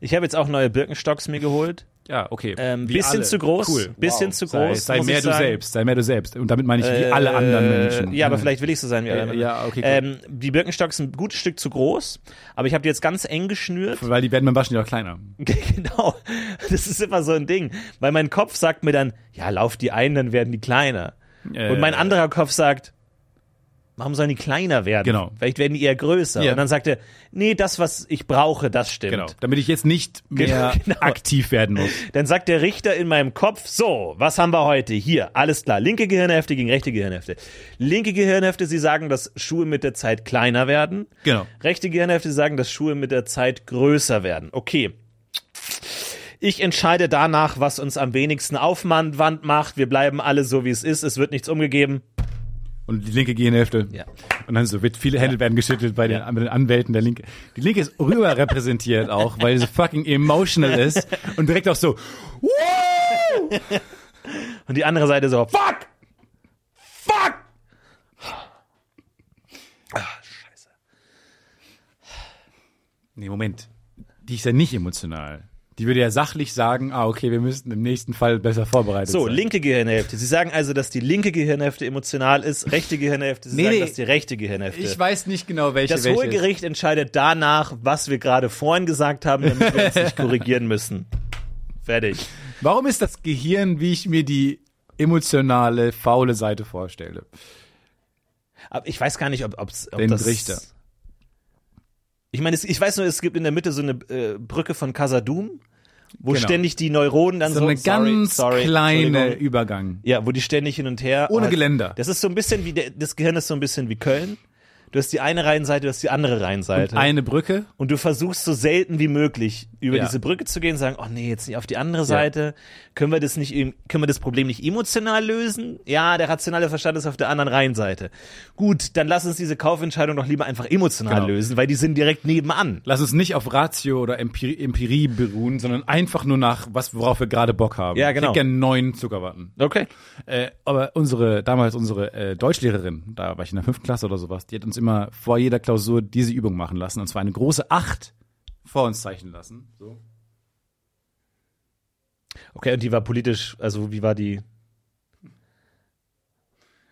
[SPEAKER 1] Ich habe jetzt auch neue Birkenstocks mir geholt.
[SPEAKER 2] Ja, okay.
[SPEAKER 1] Ähm,
[SPEAKER 2] Wie
[SPEAKER 1] bisschen
[SPEAKER 2] alle.
[SPEAKER 1] zu groß.
[SPEAKER 2] Cool.
[SPEAKER 1] Bisschen zu
[SPEAKER 2] Sei,
[SPEAKER 1] groß.
[SPEAKER 2] sei
[SPEAKER 1] muss
[SPEAKER 2] mehr
[SPEAKER 1] ich
[SPEAKER 2] du
[SPEAKER 1] sagen.
[SPEAKER 2] selbst, sei mehr du selbst. Und damit meine ich wie
[SPEAKER 1] Äh,
[SPEAKER 2] alle anderen Menschen.
[SPEAKER 1] Ja, aber vielleicht will ich so sein wie alle
[SPEAKER 2] Äh,
[SPEAKER 1] anderen.
[SPEAKER 2] ja, okay,
[SPEAKER 1] Ähm, die Birkenstocks sind ein gutes Stück zu groß, aber ich habe die jetzt ganz eng geschnürt.
[SPEAKER 2] Weil die werden beim Waschen ja auch kleiner.
[SPEAKER 1] Genau, das ist immer so ein Ding. Weil mein Kopf sagt mir dann, ja, lauf die ein, dann werden die kleiner.
[SPEAKER 2] Äh,
[SPEAKER 1] Und mein anderer Kopf sagt, warum sollen die kleiner werden?
[SPEAKER 2] Genau.
[SPEAKER 1] Vielleicht werden die eher größer.
[SPEAKER 2] Ja.
[SPEAKER 1] Und dann sagt er, nee, das, was ich brauche, das stimmt.
[SPEAKER 2] Genau. Damit ich jetzt nicht mehr
[SPEAKER 1] genau.
[SPEAKER 2] aktiv werden muss.
[SPEAKER 1] Dann sagt der Richter in meinem Kopf, so, was haben wir heute? Hier, alles klar, linke Gehirnhälfte gegen rechte Gehirnhälfte. Linke Gehirnhälfte, sie sagen, dass Schuhe mit der Zeit kleiner werden.
[SPEAKER 2] Genau.
[SPEAKER 1] Rechte Gehirnhälfte sagen, dass Schuhe mit der Zeit größer werden. Okay. Ich entscheide danach, was uns am wenigsten Aufwand macht. Wir bleiben alle so, wie es ist. Es wird nichts umgegeben.
[SPEAKER 2] Und die linke Gehirnhälfte.
[SPEAKER 1] Ja.
[SPEAKER 2] Und dann so wird viele Hände werden geschüttelt bei den, bei den Anwälten der Linke. Die Linke ist rüberrepräsentiert auch, weil sie fucking emotional ist und direkt auch so, "Woo!"
[SPEAKER 1] Und die andere Seite so, fuck! Fuck!
[SPEAKER 2] Ah, Nee, Moment. Die ist ja nicht emotional. Die würde ja sachlich sagen, ah, okay, wir müssten im nächsten Fall besser vorbereitet
[SPEAKER 1] So,
[SPEAKER 2] sein.
[SPEAKER 1] linke Gehirnhälfte. Sie sagen also, dass die linke Gehirnhälfte emotional ist, rechte Gehirnhälfte, Sie
[SPEAKER 2] Nee,
[SPEAKER 1] sagen,
[SPEAKER 2] nee.
[SPEAKER 1] dass die rechte Gehirnhälfte.
[SPEAKER 2] Ich weiß nicht genau, welche
[SPEAKER 1] das
[SPEAKER 2] welche ist.
[SPEAKER 1] Hohe Gericht entscheidet danach, was wir gerade vorhin gesagt haben, damit wir uns nicht korrigieren müssen. Fertig.
[SPEAKER 2] Warum ist das Gehirn, wie ich mir die emotionale, faule Seite vorstelle?
[SPEAKER 1] Aber ich weiß gar nicht, ob, ob's, ob
[SPEAKER 2] Den
[SPEAKER 1] das.
[SPEAKER 2] Richter.
[SPEAKER 1] Ich meine, es, ich weiß nur, es gibt in der Mitte so eine äh, Brücke von Casadum, wo
[SPEAKER 2] Genau.
[SPEAKER 1] ständig die Neuronen dann so,
[SPEAKER 2] So eine
[SPEAKER 1] sorry,
[SPEAKER 2] ganz
[SPEAKER 1] sorry,
[SPEAKER 2] kleine
[SPEAKER 1] Entschuldigung.
[SPEAKER 2] Übergang.
[SPEAKER 1] Ja, wo die ständig hin und her.
[SPEAKER 2] Ohne
[SPEAKER 1] Oh,
[SPEAKER 2] Geländer.
[SPEAKER 1] Das ist so ein bisschen wie der, das Gehirn ist so ein bisschen wie Köln. Du hast die eine Reihenseite, du hast die andere Reihenseite.
[SPEAKER 2] Eine Brücke.
[SPEAKER 1] Und du versuchst so selten wie möglich über
[SPEAKER 2] Ja.
[SPEAKER 1] diese Brücke zu gehen, sagen, oh nee, jetzt nicht auf die andere Seite. Können wir das nicht, im- können wir das Problem nicht emotional lösen? Ja, der rationale Verstand ist auf der anderen Reihenseite. Gut, dann lass uns diese Kaufentscheidung doch lieber einfach emotional
[SPEAKER 2] Genau.
[SPEAKER 1] lösen, weil die sind direkt nebenan.
[SPEAKER 2] Lass uns nicht auf Ratio oder Empirie, Empirie beruhen, sondern einfach nur nach, was, worauf wir gerade Bock haben.
[SPEAKER 1] Ja, genau.
[SPEAKER 2] Ich gerne neun Zuckerwatten.
[SPEAKER 1] Okay.
[SPEAKER 2] Äh, aber unsere, damals unsere äh, Deutschlehrerin, da war ich in der fünften Klasse oder sowas, die hat uns immer vor jeder Klausur diese Übung machen lassen. Und zwar eine große Acht vor uns zeichnen lassen. So.
[SPEAKER 1] Okay, und die war politisch, also wie war die?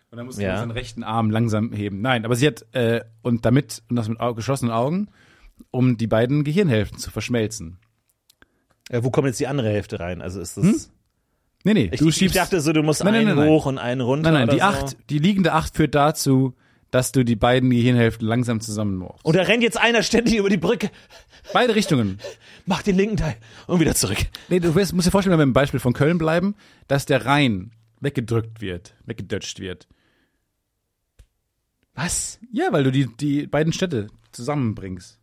[SPEAKER 2] Und dann musste
[SPEAKER 1] Ja.
[SPEAKER 2] man seinen rechten Arm langsam heben. Nein, aber sie hat, äh, und damit, und das mit au- geschlossenen Augen, um die beiden Gehirnhälften zu verschmelzen.
[SPEAKER 1] Äh, wo kommt jetzt die andere Hälfte rein? Also ist das.
[SPEAKER 2] Hm? Nee, nee,
[SPEAKER 1] Ich,
[SPEAKER 2] du
[SPEAKER 1] ich
[SPEAKER 2] schiebst.
[SPEAKER 1] dachte so, du musst
[SPEAKER 2] Nein, nein,
[SPEAKER 1] einen
[SPEAKER 2] nein, nein.
[SPEAKER 1] hoch und einen runter.
[SPEAKER 2] nein, nein,
[SPEAKER 1] oder
[SPEAKER 2] die
[SPEAKER 1] so.
[SPEAKER 2] acht, die liegende acht führt dazu, dass du die beiden Gehirnhälften langsam zusammenmorfst.
[SPEAKER 1] Und da rennt jetzt einer ständig über die Brücke,
[SPEAKER 2] Beide Richtungen.
[SPEAKER 1] macht den linken Teil und wieder zurück.
[SPEAKER 2] Nee, du wirst, musst dir vorstellen, wenn wir beim Beispiel von Köln bleiben, dass der Rhein weggedrückt wird, weggedutscht wird.
[SPEAKER 1] Was?
[SPEAKER 2] Ja, weil du die, die beiden Städte zusammenbringst.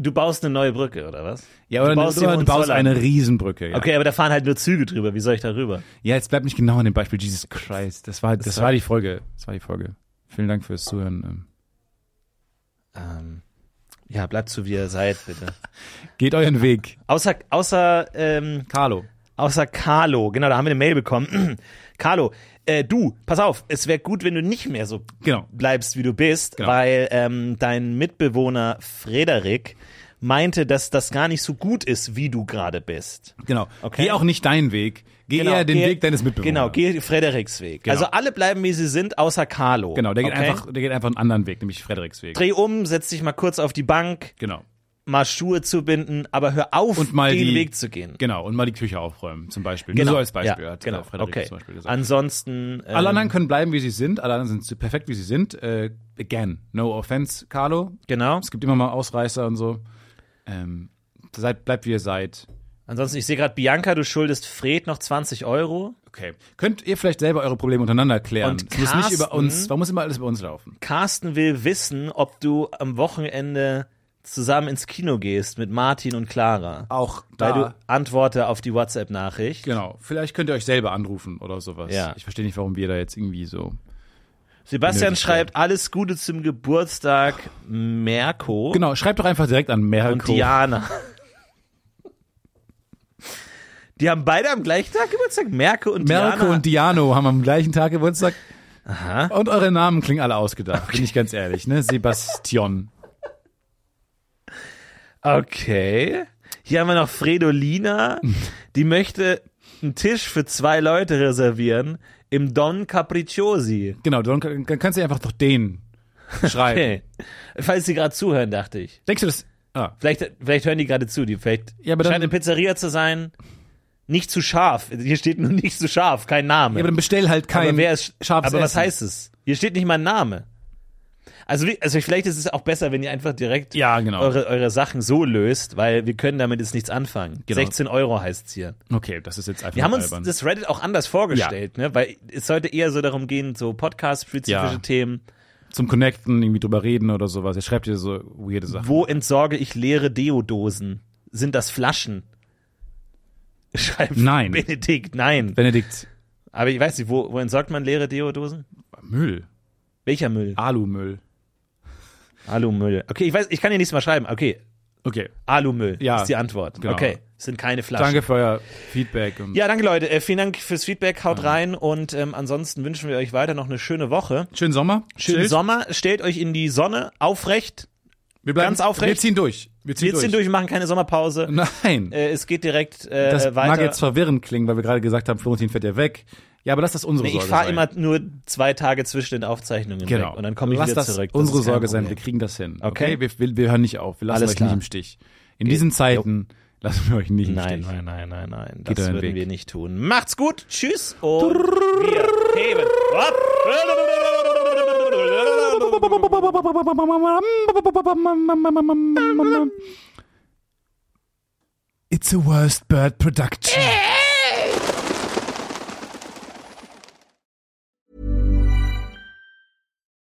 [SPEAKER 1] Du baust eine neue Brücke, oder was?
[SPEAKER 2] Ja, oder
[SPEAKER 1] Du baust
[SPEAKER 2] du,
[SPEAKER 1] den
[SPEAKER 2] du baust
[SPEAKER 1] Hohenzollern.
[SPEAKER 2] eine Riesenbrücke. Ja.
[SPEAKER 1] Okay, aber da fahren halt nur Züge drüber. Wie soll ich da rüber?
[SPEAKER 2] ja, jetzt bleib nicht genau an dem Beispiel. Jesus Christ. Das war, das,
[SPEAKER 1] war-
[SPEAKER 2] war die Folge. Das war die Folge. Vielen Dank fürs Zuhören. Ähm,
[SPEAKER 1] Ähm, ja, bleibt so, wie ihr seid, bitte.
[SPEAKER 2] Geht euren Weg.
[SPEAKER 1] Außer, außer, ähm,
[SPEAKER 2] Carlo.
[SPEAKER 1] außer Carlo. Genau, da haben wir eine Mail bekommen. Carlo, äh, du, pass auf, es wäre gut, wenn du nicht mehr so
[SPEAKER 2] Genau.
[SPEAKER 1] bleibst, wie du bist,
[SPEAKER 2] Genau.
[SPEAKER 1] weil ähm, dein Mitbewohner Frederik meinte, dass das gar nicht so gut ist, wie du gerade bist.
[SPEAKER 2] Genau.
[SPEAKER 1] Okay.
[SPEAKER 2] Geh auch nicht deinen Weg. Geh
[SPEAKER 1] Genau,
[SPEAKER 2] eher den
[SPEAKER 1] geh-
[SPEAKER 2] Weg deines Mitbewohners.
[SPEAKER 1] Genau, geh Frederiks Weg.
[SPEAKER 2] Genau.
[SPEAKER 1] Also alle bleiben, wie sie sind, außer Carlo.
[SPEAKER 2] Genau, der geht,
[SPEAKER 1] Okay?
[SPEAKER 2] einfach, der geht einfach einen anderen Weg, nämlich Frederiks Weg.
[SPEAKER 1] Dreh um, setz dich mal kurz auf die Bank,
[SPEAKER 2] Genau.
[SPEAKER 1] mal Schuhe zu binden, aber hör auf,
[SPEAKER 2] Und mal
[SPEAKER 1] den
[SPEAKER 2] die-
[SPEAKER 1] Weg zu gehen.
[SPEAKER 2] Genau. Und mal die Küche aufräumen, zum Beispiel.
[SPEAKER 1] Genau.
[SPEAKER 2] Nur so als Beispiel
[SPEAKER 1] Ja,
[SPEAKER 2] hat
[SPEAKER 1] genau.
[SPEAKER 2] äh, Frederik
[SPEAKER 1] okay.
[SPEAKER 2] zum Beispiel gesagt.
[SPEAKER 1] Ansonsten. Ähm,
[SPEAKER 2] Alle anderen können bleiben, wie sie sind. Alle anderen sind so perfekt, wie sie sind. Äh, again, no offense, Carlo.
[SPEAKER 1] Genau.
[SPEAKER 2] Es gibt immer mal Ausreißer und so. Ähm, seid, bleibt, wie ihr seid.
[SPEAKER 1] Ansonsten, ich sehe gerade, Bianca, du schuldest Fred noch 20 Euro.
[SPEAKER 2] Okay. Könnt ihr vielleicht selber eure Probleme untereinander klären?
[SPEAKER 1] Und
[SPEAKER 2] es muss nicht
[SPEAKER 1] Carsten-
[SPEAKER 2] über uns, warum muss immer alles über uns laufen?
[SPEAKER 1] Carsten will wissen, ob du am Wochenende zusammen ins Kino gehst mit Martin und Clara.
[SPEAKER 2] Auch
[SPEAKER 1] Weil
[SPEAKER 2] da.
[SPEAKER 1] du antworte auf die WhatsApp-Nachricht.
[SPEAKER 2] genau. Vielleicht könnt ihr euch selber anrufen oder sowas.
[SPEAKER 1] Ja.
[SPEAKER 2] Ich verstehe nicht, warum wir da jetzt irgendwie so.
[SPEAKER 1] Sebastian
[SPEAKER 2] Nötig,
[SPEAKER 1] schreibt, alles Gute zum Geburtstag, Merko
[SPEAKER 2] Genau, schreibt doch einfach direkt an Merkel.
[SPEAKER 1] und Diana. Die haben beide am gleichen Tag Geburtstag, Merko und
[SPEAKER 2] Merkel
[SPEAKER 1] Diana.
[SPEAKER 2] und Diano haben am gleichen Tag Geburtstag.
[SPEAKER 1] Aha.
[SPEAKER 2] Und eure Namen klingen alle ausgedacht, bin ich ganz ehrlich, ne? Sebastian.
[SPEAKER 1] Okay. Hier haben wir noch Fredolina, die möchte einen Tisch für zwei Leute reservieren im Don Capricciosi.
[SPEAKER 2] Genau, dann, dann kannst du einfach doch den schreiben.
[SPEAKER 1] Okay. Falls sie gerade zuhören, dachte ich.
[SPEAKER 2] Denkst du das? Ah,
[SPEAKER 1] Vielleicht, vielleicht hören die gerade zu, die vielleicht
[SPEAKER 2] Ja, aber dann-
[SPEAKER 1] scheint eine Pizzeria zu sein. Nicht zu scharf. Hier steht nur nicht zu scharf, kein Name.
[SPEAKER 2] ja, aber dann bestell halt kein
[SPEAKER 1] aber wer ist
[SPEAKER 2] scharfes
[SPEAKER 1] Aber was
[SPEAKER 2] Essen.
[SPEAKER 1] heißt es? Hier steht nicht mal ein Name. Also, wie, also vielleicht ist es auch besser, wenn ihr einfach direkt
[SPEAKER 2] Ja, genau.
[SPEAKER 1] eure, eure Sachen so löst, weil wir können damit jetzt nichts anfangen.
[SPEAKER 2] Genau.
[SPEAKER 1] 16 Euro heißt's hier.
[SPEAKER 2] Okay, das ist jetzt einfach
[SPEAKER 1] Wir haben uns
[SPEAKER 2] albern.
[SPEAKER 1] das Reddit auch anders vorgestellt, ne? weil es sollte eher so darum gehen, so Podcast-spezifische
[SPEAKER 2] Ja.
[SPEAKER 1] Themen.
[SPEAKER 2] zum Connecten, irgendwie drüber reden oder sowas. Ihr schreibt ihr so weirde Sachen.
[SPEAKER 1] Wo entsorge ich leere Deodosen? Sind das Flaschen? Schreibt
[SPEAKER 2] Nein.
[SPEAKER 1] Benedikt, nein.
[SPEAKER 2] Benedikt,
[SPEAKER 1] Aber ich weiß nicht, wo, wo entsorgt man leere Deodosen?
[SPEAKER 2] Müll,
[SPEAKER 1] Welcher Müll?
[SPEAKER 2] Ah. Alumüll.
[SPEAKER 1] Alumüll. Okay, ich weiß, ich kann dir nichts mal schreiben. Okay,
[SPEAKER 2] Okay,
[SPEAKER 1] Alumüll
[SPEAKER 2] Ja,
[SPEAKER 1] ist die Antwort.
[SPEAKER 2] genau.
[SPEAKER 1] Okay, es sind keine Flaschen.
[SPEAKER 2] danke für euer Feedback. Und
[SPEAKER 1] Ah, Ja, danke Leute. Äh, vielen Dank fürs Feedback. Haut rein und ähm, ansonsten wünschen wir euch weiter noch eine schöne Woche.
[SPEAKER 2] Schönen Sommer.
[SPEAKER 1] Schönen
[SPEAKER 2] Chillt.
[SPEAKER 1] Sommer. Stellt euch in die Sonne aufrecht.
[SPEAKER 2] Wir bleiben
[SPEAKER 1] Ganz aufrecht.
[SPEAKER 2] Wir ziehen durch. Wir ziehen
[SPEAKER 1] Wir ziehen durch, wir machen keine Sommerpause.
[SPEAKER 2] Nein.
[SPEAKER 1] Äh, es geht direkt äh,
[SPEAKER 2] das
[SPEAKER 1] äh,
[SPEAKER 2] mag
[SPEAKER 1] weiter.
[SPEAKER 2] jetzt verwirrend klingen, weil wir gerade gesagt haben, Florentin fährt ja weg. Ja, aber lass das unsere
[SPEAKER 1] Nee, ich
[SPEAKER 2] Sorge
[SPEAKER 1] fahre
[SPEAKER 2] sein.
[SPEAKER 1] immer nur zwei Tage zwischen den Aufzeichnungen
[SPEAKER 2] genau.
[SPEAKER 1] weg und dann komme ich
[SPEAKER 2] lass
[SPEAKER 1] wieder
[SPEAKER 2] das
[SPEAKER 1] zurück. Das
[SPEAKER 2] unsere
[SPEAKER 1] ist kein
[SPEAKER 2] Sorge sein. Wir
[SPEAKER 1] Problem.
[SPEAKER 2] kriegen das hin.
[SPEAKER 1] Okay.
[SPEAKER 2] Wir, wir, wir hören nicht auf. Wir lassen
[SPEAKER 1] Alles
[SPEAKER 2] euch
[SPEAKER 1] klar.
[SPEAKER 2] nicht im Stich. In diesen Zeiten lassen wir euch nicht im
[SPEAKER 1] Nein,
[SPEAKER 2] Stich.
[SPEAKER 1] nein, nein, nein, nein.
[SPEAKER 2] Geht
[SPEAKER 1] Das
[SPEAKER 2] euren
[SPEAKER 1] würden
[SPEAKER 2] Weg.
[SPEAKER 1] wir nicht tun. Macht's gut. Tschüss und wir heben ab.
[SPEAKER 2] It's a worst bird production.